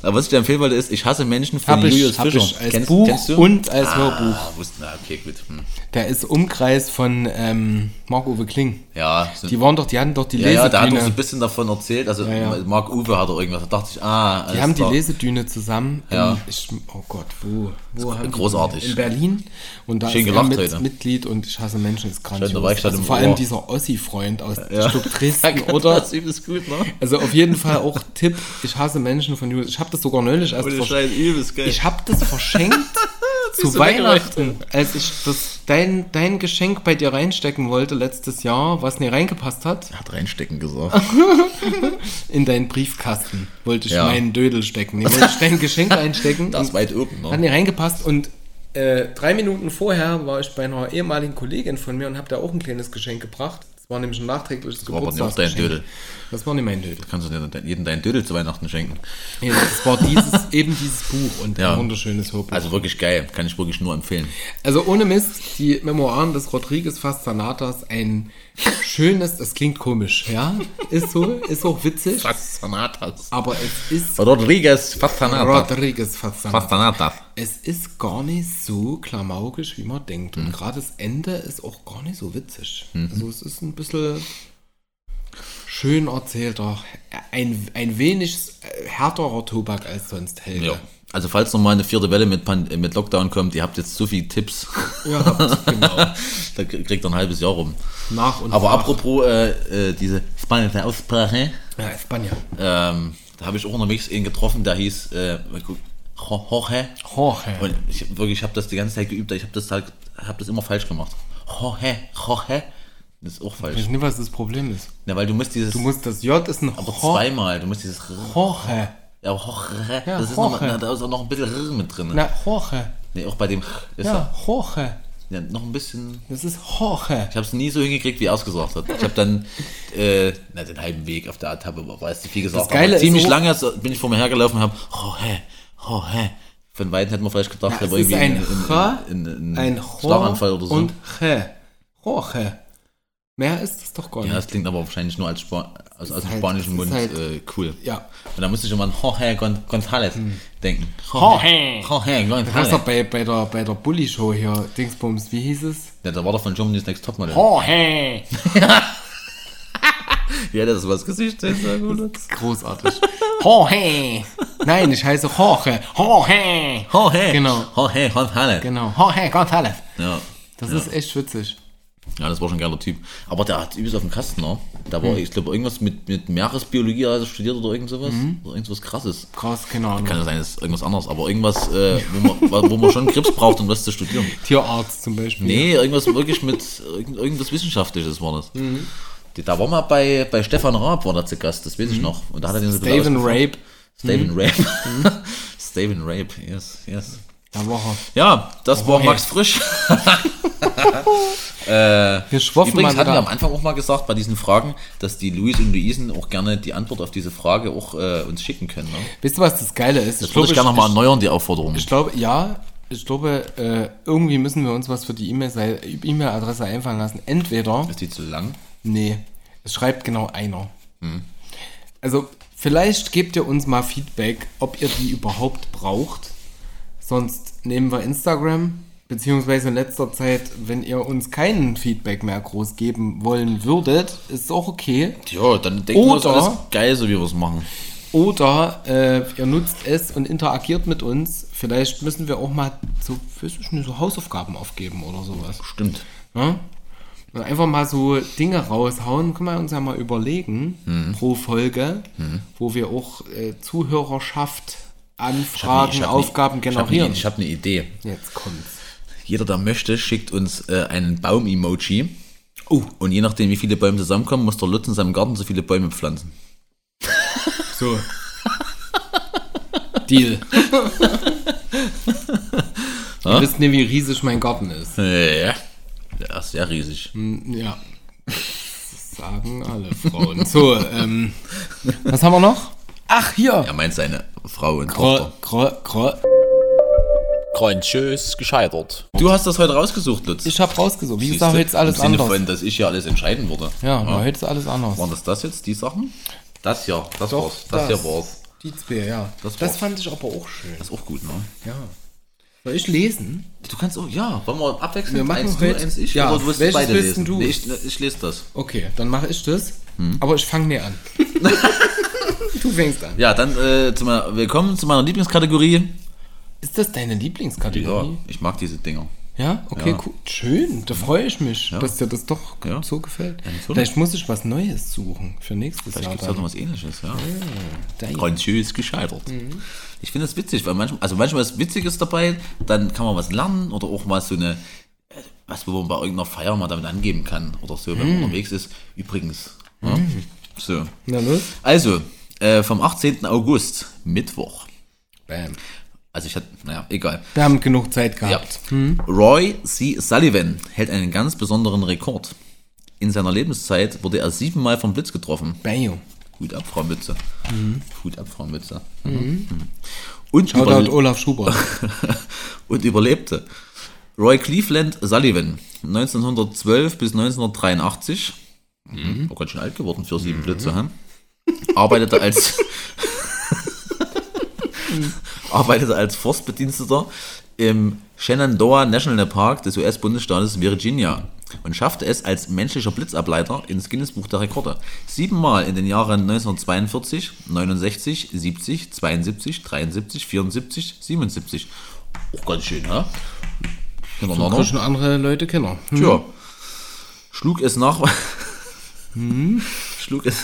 E: Aber was ich dir empfehlen wollte, ist, ich hasse Menschen von
D: Hab
E: Julius
D: ich, hab
E: Fischer.
D: ich als Buch und als Hörbuch.
E: Ah, wusste, na, okay, gut. Hm.
D: Der ist Umkreis von ähm, Marc-Uwe Kling.
E: Ja, so,
D: Die waren doch, die hatten doch die
E: ja, ja, da hat
D: Lesedüne.
E: er so ein bisschen davon erzählt. Also,
D: ja.
E: Marc Uwe hat er irgendwas. Da dachte ich, ah, alles
D: die haben die
E: klar.
D: Lesedüne zusammen. in-
E: Ja.
D: Ich, oh Gott, wo? wo
E: ist
D: haben die-
E: großartig.
D: In Berlin. Und da
E: Schön
D: ist
E: gelacht
D: er mit,
E: heute.
D: Mitglied und ich hasse Menschen ist grandios.
E: Werkstatt
D: also
E: im
D: vor allem
E: Ohr.
D: dieser Ossi-Freund aus
E: Ja.
D: Stuck Dresden,
E: Danke,
D: oder?
E: Das ist übelst gut, ne?
D: Also auf jeden Fall auch Tipp, ich hasse Menschen von Julius. Ich habe das sogar neulich erst
E: Ohne
D: vers-
E: Scheiß, übelst geil.
D: Ich habe das verschenkt zu
E: Äh. du
D: Weihnachten, als ich das, dein, dein Geschenk bei dir reinstecken wollte letztes Jahr, was nie reingepasst hat,
E: hat reinstecken gesagt.
D: in deinen Briefkasten. Wollte ich
E: Ja.
D: meinen Dödel stecken. Nee, wollte ich dein Geschenk einstecken.
E: Das ist
D: und
E: weit oben,
D: Hat
E: ne?
D: nie reingepasst und äh, drei Minuten vorher war ich bei einer ehemaligen Kollegin von mir und habe da auch ein kleines Geschenk gebracht. Das war nämlich ein nachträgliches
E: war aber nicht
D: Geburtstagsgeschenk.
E: dein Dödel.
D: Das war nicht mein Dödel.
E: Kannst du dir jeden deinen Dödel zu Weihnachten schenken.
D: Nee, das war dieses, eben dieses Buch und
E: Ja.
D: ein wunderschönes Hörbuch.
E: Also wirklich geil, kann ich wirklich nur empfehlen.
D: Also ohne Mist, die Memoiren des Rodriguez Fascanatas, ein schönes, das klingt komisch, ja? Ist so, ist auch witzig,
E: Fastanatas.
D: aber es ist
E: Rodriguez Fastanatas.
D: Rodriguez Fascanatas.
E: Fastanatas.
D: Es ist gar nicht so klamaukisch, wie man denkt.
E: Mhm.
D: Und gerade das Ende ist auch gar nicht so witzig. Also es ist ein bisschen schön erzählter, ein, ein wenig härterer Tobak als sonst, Helge.
E: Ja. Also falls nochmal eine vierte Welle mit, Pan äh, mit Lockdown kommt, ihr habt jetzt so viele Tipps,
D: Ihr habt, genau.
E: da k- kriegt ihr ein halbes Jahr rum.
D: Nach und
E: Aber
D: nach.
E: apropos äh, äh, diese spanische Aussprache,
D: Ja, Spanien.
E: ähm, da habe ich auch unterwegs einen getroffen, der hieß äh, mal gucken, Jo- Jorge.
D: Jorge.
E: Und ich wirklich, ich habe das die ganze Zeit geübt, ich habe das, halt, hab das immer falsch gemacht. Jorge, Jorge. Das ist auch
D: Ich
E: falsch.
D: weiß nicht, was das Problem ist.
E: Na, weil du musst dieses,
D: Du musst das J ist ein
E: aber
D: Ho-
E: zweimal, du musst dieses
D: Jorge.
E: Ja, aber Jorge,
D: Ja,
E: das ist noch,
D: Jorge.
E: na, da ist auch noch ein bisschen R mit drin.
D: Na, Jorge.
E: Nee, auch bei dem ist
D: Ja, Jorge.
E: ja, noch ein bisschen.
D: Das ist Jorge.
E: Ich habe es nie so hingekriegt, wie er es gesagt hat. Ich habe dann äh, na, den halben Weg auf der Etappe überweist, wie viel gesagt.
D: Das Geile
E: aber
D: ist
E: ziemlich
D: so-
E: lange so- bin ich vor mir hergelaufen und habe, oh hä, oh hä. Von Weitem hätten wir vielleicht gedacht,
D: Das
E: er war
D: ist
E: irgendwie
D: ein
E: in-
D: H,
E: in, in, in,
D: ein
E: in Schlaganfall
D: Ho
E: oder so.
D: und Che. Jorge. Mehr ist das doch gar
E: ja,
D: nicht.
E: das klingt aber wahrscheinlich nur als, Spa als, als
D: halt-
E: spanischen
D: das
E: Mund
D: ist halt-
E: äh, cool.
D: Ja. Hm.
E: Und da musste ich immer an Jorge Gon González denken. Jorge, Jorge
D: Du hast
E: González.
D: doch bei, bei der, bei der Bully-Show hier, Dingsbums, wie hieß es?
E: Ja, da war doch von Germany's Next Topmodel.
D: Jorge.
E: Ja, das war das Gesicht. Das war
D: Genau.
E: gut.
D: Großartig. Jorge. Nein, ich heiße Jorge. Jorge.
E: Jorge.
D: Genau.
E: Jorge González.
D: Genau. Jorge González.
E: Ja.
D: Das ist echt witzig.
E: ja, das war schon ein geiler Typ. Aber der hat übelst auf dem Kasten, ne? Da
D: Mhm.
E: war, ich glaube, irgendwas mit, mit Meeresbiologie hat er studiert oder irgend sowas.
D: Mhm.
E: Oder irgendwas krasses.
D: Krass, keine
E: Kann
D: Ahnung.
E: ja sein, das ist irgendwas anderes, aber irgendwas, äh, wo, man, wo man schon Grips braucht, um das zu studieren.
D: Tierarzt zum Beispiel.
E: Nee, irgendwas wirklich mit irgend- irgendwas Wissenschaftliches war das.
D: Mhm.
E: Die- Da war mal bei, bei Stefan Raab war da zu Gast, das weiß ich noch. Und da hat er den so ein bisschen
D: Mhm. Steven Mhm.
E: ausgefragt.
D: Rape.
E: Steven Rape. Steven Rape, yes, yes.
D: Da war er.
E: Ja, das war Max Frisch.
D: Wir schwoffen
E: Übrigens
D: mal
E: hatten wir am
D: wieder.
E: Anfang auch mal gesagt bei diesen Fragen, dass die Luis und Luisen auch gerne die Antwort auf diese Frage auch äh, uns schicken können. Ne?
D: Wisst ihr, was das Geile ist?
E: Das würde ich gerne nochmal erneuern, die Aufforderung.
D: Ich glaube, ja, ich glaube, äh, irgendwie müssen wir uns was für die E-Mail-Sei- E-Mail-Adresse einfallen lassen. Entweder,
E: Ist die zu lang?
D: nee, es schreibt genau einer. Also, vielleicht gebt ihr uns mal Feedback, ob ihr die überhaupt braucht. Sonst nehmen wir Instagram. Beziehungsweise in letzter Zeit, wenn ihr uns keinen Feedback mehr groß geben wollen würdet, ist auch okay.
E: Ja, dann denken wir, das
D: Oder-
E: alles geil, so wie wir es machen.
D: Oder äh, ihr nutzt es und interagiert mit uns. Vielleicht müssen wir auch mal so, weiß ich nicht, so Hausaufgaben aufgeben oder sowas.
E: Stimmt.
D: Ne? Und einfach mal so Dinge raushauen, können wir uns ja mal überlegen pro Folge, wo wir auch äh, Zuhörerschaft, Anfragen,
E: Ich hab eine-
D: Aufgaben
E: ich hab eine-
D: generieren.
E: Ich habe eine Idee.
D: Jetzt kommt's.
E: Jeder, der möchte, schickt uns äh, einen Baum-Emoji.
D: Oh.
E: Und je nachdem, wie viele Bäume zusammenkommen, muss der Lutz in seinem Garten so viele Bäume pflanzen.
D: So. Deal. Ihr wisst nicht, wie riesig mein Garten ist.
E: Ja, der ist sehr riesig.
D: Hm. Ja. Das sagen alle Frauen. So, ähm, was haben wir noch? Ach, hier.
E: Er meint seine Frau und
D: Kro,
E: Tochter.
D: kro, kro.
B: Kreuzschöß gescheitert.
E: Du hast das heute rausgesucht, Lutz.
D: Ich hab rausgesucht. Wie
E: Siehst
D: gesagt,
E: du?
D: heute ist alles
E: Im Sinne
D: anders.
E: von, dass ich ja alles entscheiden würde.
D: Ja, aber heute ist alles anders.
E: Waren das das jetzt, die Sachen? Das hier, das
D: Doch,
E: war's. Das,
D: das.
E: hier war's.
D: Die zwei, ja. Das,
E: Das war's.
D: fand ich aber auch schön.
E: Das ist auch gut, ne?
D: Ja. Soll ich lesen?
E: Du kannst auch, ja, wollen wir abwechseln?
D: Wir machen
E: eins
D: heute-
E: du, eins ich.
D: ja,
E: oder du willst
D: welches
E: beide
D: willst
E: lesen?
D: denn du?
E: Nee, ich, ich lese das.
D: Okay, dann mache ich das.
E: Hm.
D: Aber ich fange mir an. du fängst an.
E: Ja, dann äh, zu meiner, willkommen zu meiner Lieblingskategorie.
D: Ist das deine Lieblingskategorie?
E: ich mag diese Dinger.
D: Ja. Okay, cool. Schön. Da freue ich mich, dass dir das doch
E: Ja.
D: so gefällt.
E: natürlich.
D: Vielleicht muss ich was Neues suchen für nächstes
E: Vielleicht
D: Jahr.
E: gibt es halt noch was ähnliches, ja.
D: dann. Da-
E: Grandios gescheitert. Ich finde das witzig, weil manchmal, also manchmal ist Witziges dabei, dann kann man was lernen oder auch mal so eine, äh, was wo man bei irgendeiner Feier mal damit angeben kann oder so, wenn man unterwegs ist. Übrigens. Ja? So.
D: Na los.
E: Also, äh, vom 18. August, Mittwoch.
D: Bam.
E: Also ich hatte, naja, egal.
D: Wir haben genug Zeit
E: Ja.
D: gehabt.
E: Roy C. Sullivan hält einen ganz besonderen Rekord. In seiner Lebenszeit wurde er siebenmal vom Blitz getroffen.
D: Bam.
E: Hut ab, Frau Mütze. Hut ab, Frau Mütze. Mhm. Und,
D: Shoutout
E: überle
D: Olaf Schubert.
E: und überlebte. Roy Cleveland Sullivan, 1912 bis 1983. Mhm. Oh, ganz schön alt geworden für sieben Blitze. Hm? Arbeitete als arbeitete als Forstbediensteter im Shenandoah National Park des US-Bundesstaates Virginia und schaffte es als menschlicher Blitzableiter ins Guinness-Buch der Rekorde. Siebenmal in den Jahren 1942, 69, 70, 72, 73, 74, 77. Auch ganz Oh schön, hä? Hintereinander.
D: Auch schon andere Leute kennen. Hm.
E: Tja. Schlug es nach. schlug, es,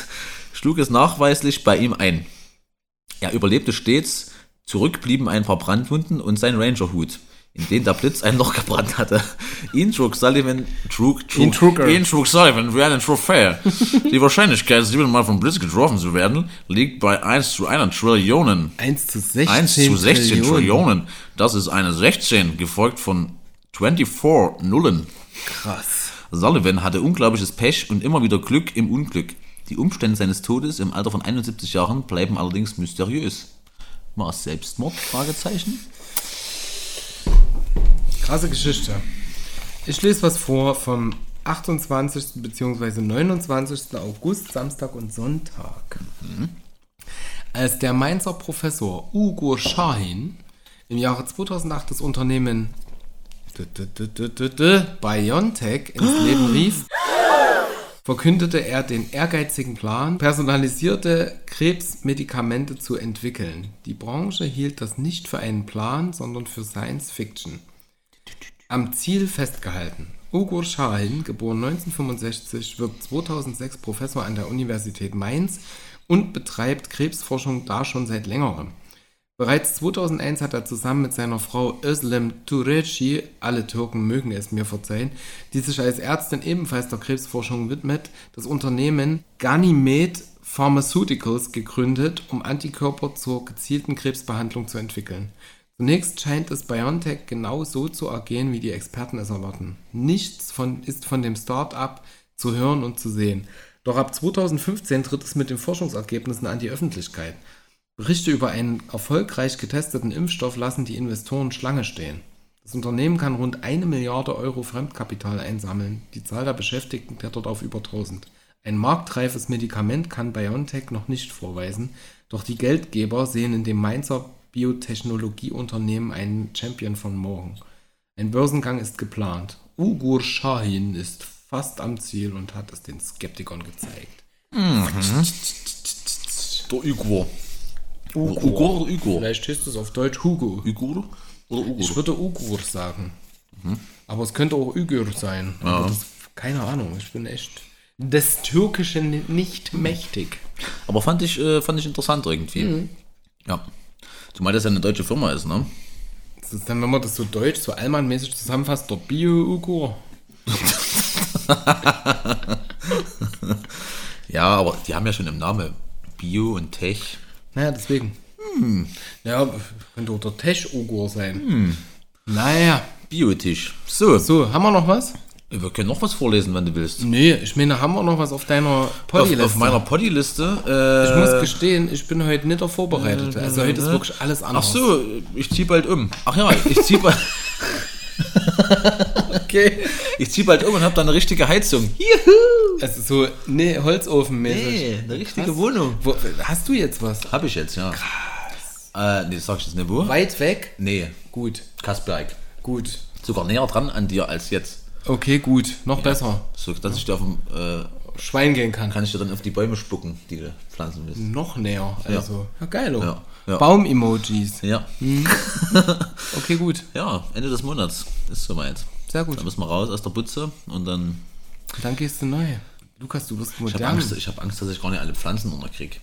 E: schlug es nachweislich bei ihm ein. Er überlebte stets, zurück blieben ein paar Brandwunden und sein Rangerhut, in den der Blitz ein Loch gebrannt hatte. Ihn trug Sullivan, trug, trug,
D: Ihn trug er.
E: ihn trug Sullivan wie einen Trophäe. Die Wahrscheinlichkeit, siebenmal vom Blitz getroffen zu werden, liegt bei 1 zu 1 Trillionen.
D: 1 zu 16.
E: 1 zu 16
D: Trillionen.
E: Trillionen. Das ist eine 16, gefolgt von 24 Nullen.
D: Krass.
E: Sullivan hatte unglaubliches Pech und immer wieder Glück im Unglück. Die Umstände seines Todes im Alter von 71 Jahren bleiben allerdings mysteriös. War es Selbstmord? Fragezeichen.
D: Krasse Geschichte. Ich lese was vor vom 28. bzw. 29. August, Samstag und Sonntag. Als der Mainzer Professor Ugo Schahin im Jahre 2008 das Unternehmen d- d- d- d- d- d- BioNTech ins Leben rief, verkündete er den ehrgeizigen Plan, personalisierte Krebsmedikamente zu entwickeln. Die Branche hielt das nicht für einen Plan, sondern für Science Fiction am Ziel festgehalten. Ugur Şahin, geboren 1965, wird 2006 Professor an der Universität Mainz und betreibt Krebsforschung da schon seit längerem. Bereits 2001 hat er zusammen mit seiner Frau Özlem Tureci, alle Türken mögen es mir verzeihen, die sich als Ärztin ebenfalls der Krebsforschung widmet, das Unternehmen Ganymed Pharmaceuticals gegründet, um Antikörper zur gezielten Krebsbehandlung zu entwickeln. Zunächst scheint es BioNTech genau so zu ergehen, wie die Experten es erwarten. Nichts von, ist von dem Start-up zu hören und zu sehen. Doch ab 2015 tritt es mit den Forschungsergebnissen an die Öffentlichkeit. Berichte über einen erfolgreich getesteten Impfstoff lassen die Investoren Schlange stehen. Das Unternehmen kann rund eine Milliarde Euro Fremdkapital einsammeln. Die Zahl der Beschäftigten klettert auf über 1000. Ein marktreifes Medikament kann BioNTech noch nicht vorweisen, doch die Geldgeber sehen in dem Mainzer Biotechnologieunternehmen einen Champion von morgen. Ein Börsengang ist geplant. Ugur Shahin ist fast am Ziel und hat es den Skeptikern gezeigt.
E: Der Igor. Ugo oder Igor?
D: Vielleicht heißt es auf Deutsch Hugo.
E: Igor oder Ugo?
D: Ich würde Ugur sagen. Aber es könnte auch Ugur sein. Aber Das, keine Ahnung, ich bin echt des Türkischen nicht mächtig.
E: Aber fand ich, äh, fand ich interessant irgendwie.
D: Mhm.
E: Ja. Zumal das ja eine deutsche Firma ist, ne?
D: Das ist dann, wenn man das so deutsch, so allmannmäßig zusammenfasst, der Bio-Ugur.
E: Ja, aber die haben ja schon im Namen Bio und Tech.
D: Naja, deswegen.
E: Hm.
D: Ja, könnte auch der Tech-Ugur sein. Naja.
E: Biotisch. So.
D: So, haben wir noch was?
E: wir können noch was vorlesen, wenn du willst.
D: Nee, ich meine, haben wir noch was auf deiner
E: Auf,
D: Podiliste?
E: auf meiner Poddy-Liste.
D: ich
E: Äh,
D: muss gestehen, ich bin heute nicht vorbereitet. Also heute ist wirklich alles
E: Ne? ach
D: anders.
E: so, ich zieh bald um. Ach ja, ich zieh bald.
D: okay.
E: Ich zieh bald um und hab da eine richtige Heizung. Hier,
D: Also so, nee, Holzofenmäßig.
E: eine richtige Wohnung.
D: Wo, hast du jetzt was?
E: Hab ich jetzt, ja. Krass. Äh, nee, sag ich jetzt nicht wo?
D: Weit weg?
E: Nee,
D: Gut,
E: Kasberg.
D: gut.
E: Sogar näher dran an dir als jetzt.
D: Okay, gut. Noch besser.
E: So, dass ich dir auf dem, äh,
D: Schwein gehen kann.
E: kann ich dir dann auf die Bäume spucken, die du pflanzen willst.
D: Noch näher. Also, ja, geil. oh.
E: Ja, ja.
D: Baum-Emojis.
E: Ja.
D: Okay, gut.
E: Ja, Ende des Monats ist soweit.
D: Sehr gut.
E: Dann müssen wir raus aus der Butze und dann.
D: Dann gehst du neu. Lukas, du wirst
E: Ich habe
D: modern.
E: Angst, ich hab Angst, dass ich gar nicht alle Pflanzen unterkriege.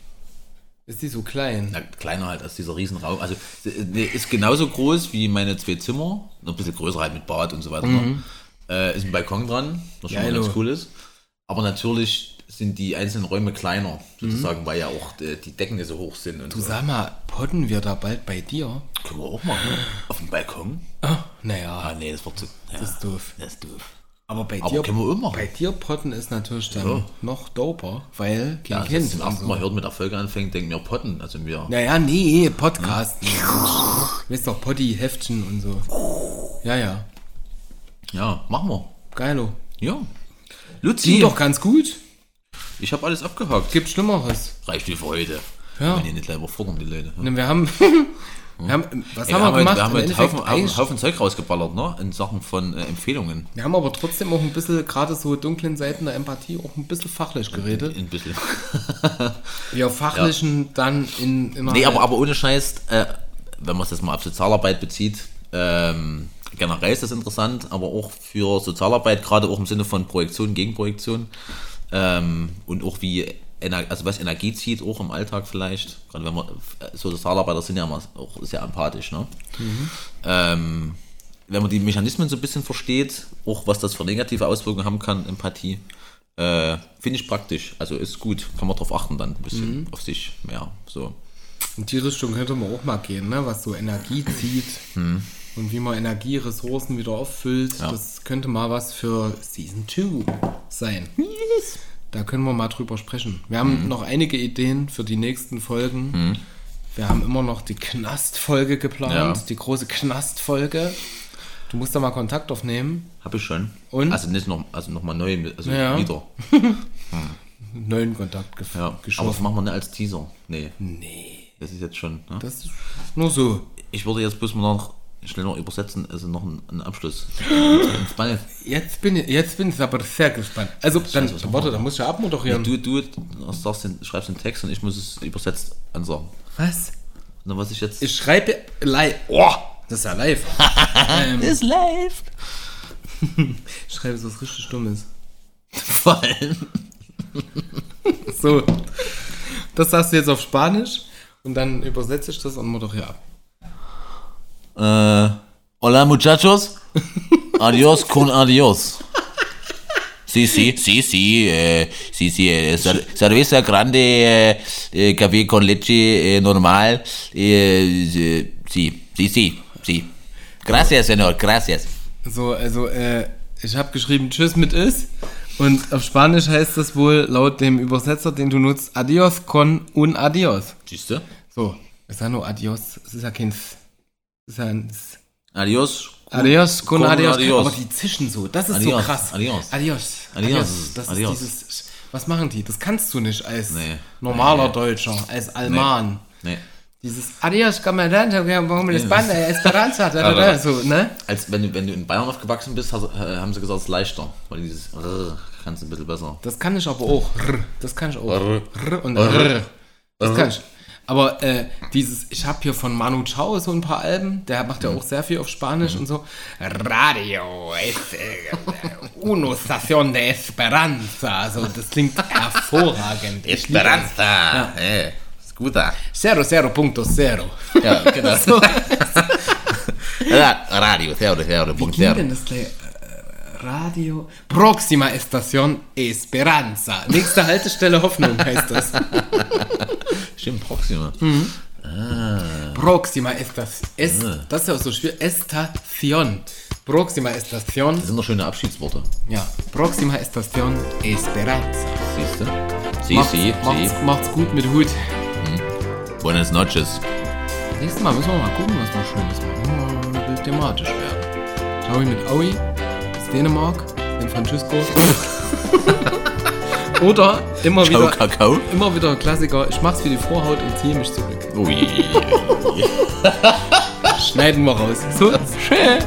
D: Ist die so klein?
E: Na, kleiner halt als dieser Riesenraum. Also äh, nee, ist genauso groß wie meine zwei Zimmer. Noch ein bisschen größer halt mit Bad und so weiter.
D: Mhm.
E: ne? Äh, ist ein Balkon dran, was schon mal
D: Geilo.
E: ganz cool ist. Aber natürlich sind die einzelnen Räume kleiner, sozusagen, weil ja auch äh, die Decken ja so hoch sind. Und
D: Mhm. Du
E: so.
D: sag mal, podden wir da bald bei dir?
E: Können wir auch machen. ne? Auf dem Balkon? Ah
D: Naja,
E: nee, das wird zu. Ja,
D: das ist doof.
E: das ist doof.
D: Aber bei
E: Aber
D: dir,
E: können wir immer.
D: bei dir potten ist natürlich dann
E: Ja.
D: noch doper, weil kein
E: Ja, also,
D: Kind.
E: wenn man
D: und
E: so. mal hört, mit der Folge anfängt, denken wir Potten. Also wir.
D: Naja, nee, Podcast. Wisst doch, Potti, Heftchen und so. Ja, ja.
E: Ja, machen wir.
D: Geilo.
E: Ja.
D: Ging
E: Luzi,
D: doch ganz gut.
E: ich habe alles abgehakt.
D: Gibt Schlimmeres.
E: Reicht wie für heute.
D: Ja.
E: Wenn ihr nicht selber vorkommen, die Leute.
D: Ne, Wir haben, wir haben was
E: Ey,
D: haben wir, gemacht?
E: heute- Wir haben
D: Im
E: heute
D: Endeffekt
E: Haufen,
D: eigentlich-
E: Haufen, Haufen Zeug rausgeballert, ne? In Sachen von äh, Empfehlungen.
D: wir haben aber trotzdem auch ein bisschen, gerade so dunklen Seiten der Empathie, auch ein bisschen fachlich geredet.
E: Ein bisschen.
D: Wir fachlichen dann in immer. halt.
E: nee, aber, aber ohne Scheiß, äh, wenn man es jetzt mal auf Sozialarbeit bezieht, ähm, generell ist das interessant, aber auch für Sozialarbeit, gerade auch im Sinne von Projektion, Gegenprojektion ähm, und auch wie. Ener- Also was Energie zieht, auch im Alltag vielleicht. Gerade wenn man äh, so Sozialarbeiter sind ja immer auch sehr empathisch, ne? Ähm, wenn man die Mechanismen so ein bisschen versteht, auch was das für negative Auswirkungen haben kann, Empathie, äh, finde ich praktisch. Also ist gut, kann man drauf achten dann ein bisschen auf sich mehr. So. Hm.
D: In die Richtung könnte man auch mal gehen, ne? was so Energie zieht und wie man Energieressourcen wieder auffüllt. Das könnte mal was für Season 2 sein. Da können wir mal drüber sprechen. Wir haben
E: Hm.
D: noch einige Ideen für die nächsten Folgen. Wir haben immer noch die Knastfolge geplant,
E: Ja.
D: die große Knastfolge. Du musst da mal Kontakt aufnehmen.
E: Hab ich schon.
D: Und?
E: Also nicht noch, also noch mal neu, also
D: Ja.
E: wieder.
D: Neuen Kontakt gef-
E: Ja. Aber das
D: geschaffen.
E: machen wir nicht als Teaser. Nee. Nee. Das ist jetzt schon. Ne?
D: Das ist nur so.
E: Ich würde jetzt bloß mal noch schnell noch übersetzen, also noch einen, einen Abschluss. Spanisch.
D: Jetzt bin ich, jetzt bin ich aber sehr gespannt. Also, dann,
E: was machen
D: warte,
E: wir?
D: da muss ich ja abmoderieren.
E: Du, du sagst den, schreibst den Text und ich muss es übersetzt ansagen.
D: was?
E: Und dann was ich jetzt.
D: Ich schreibe live. Oh, das ist ja live. ähm, ist live. ich schreibe jetzt was richtig Dummes.
E: vor allem.
D: So, das sagst du jetzt auf Spanisch und dann übersetze ich das und moderiere ab.
E: Äh, hola muchachos. Adios con adios. Sí, sí, sí, sí, eh, sí, sí, eh, cer- cerveza grande, eh, eh, café con leche eh, normal, eh, eh, sí, sí, sí, sí. Gracias, señor, gracias.
D: So, also, äh, ich habe geschrieben Tschüss mit Is und auf Spanisch heißt das wohl laut dem Übersetzer, den du nutzt, Adios con un Adios.
E: ¿Chiste?
D: So, es ist ja nur Adios, es ist ja kein S. Es ist ja ein S.
E: Adios.
D: Adios, con
E: Con
D: adios.
E: adios.
D: Aber die zischen so, das ist so
E: Adios,
D: krass.
E: adios.
D: Adios.
E: Adios,
D: Das
E: adios.
D: ist dieses. Was machen die? Das kannst du nicht als
E: Nee.
D: normaler Deutscher, als Alman.
E: Nee.
D: Dieses Adios, Kommandant, warum das Band, Esperanza, da, da, da,
E: Aber-
D: so, ne?
E: Als wenn, du- wenn du in Bayern aufgewachsen bist, hast, äh, haben sie gesagt, es ist leichter. Weil dieses Rrr kannst du ein bisschen besser.
D: Das kann ich aber auch. Rr. Das kann ich auch. Rr und rr. Das kann ich. Aber äh, dieses, ich habe hier von Manu Chao so ein paar Alben, der macht
E: Mhm.
D: ja auch sehr viel auf Spanisch und so. Radio es, äh, Uno Estación de Esperanza. Also das klingt hervorragend. Ich liebe es.
E: Esperanza! Hey, Scooter!
D: Zero, zero, punto, zero.
E: Ja, genau.
D: So,
E: Ra- Radio, Theorie, Theorie,
D: wie
E: Punkt,
D: ging denn
E: Theorie.
D: das gleich? Äh, Radio. Proxima Estación Esperanza. Nächste Haltestelle Hoffnung heißt das.
E: Stimmt, Proxima.
D: Hm. Proxima estas, es, das ist ja auch so schwierig, estación. Proxima estación,
E: Das sind doch schöne Abschiedsworte.
D: ja, Proxima estación Esperanza.
E: Siehst du? Sie,
D: Macht's,
E: sie,
D: macht's,
E: sie.
D: macht's gut mit Hut.
E: Buenas noches.
D: Nächstes Mal müssen wir mal gucken, was noch Schönes machen. Müssen wir mal ein bisschen thematisch werden. Ciao mit Aui, aus Dänemark, San Francisco. Oder immer
E: Ciao,
D: wieder,
E: Kakao.
D: immer wieder Klassiker, ich mach's für die Vorhaut und ziehe mich zurück.
E: Ui.
D: Schneiden wir raus. So, schön.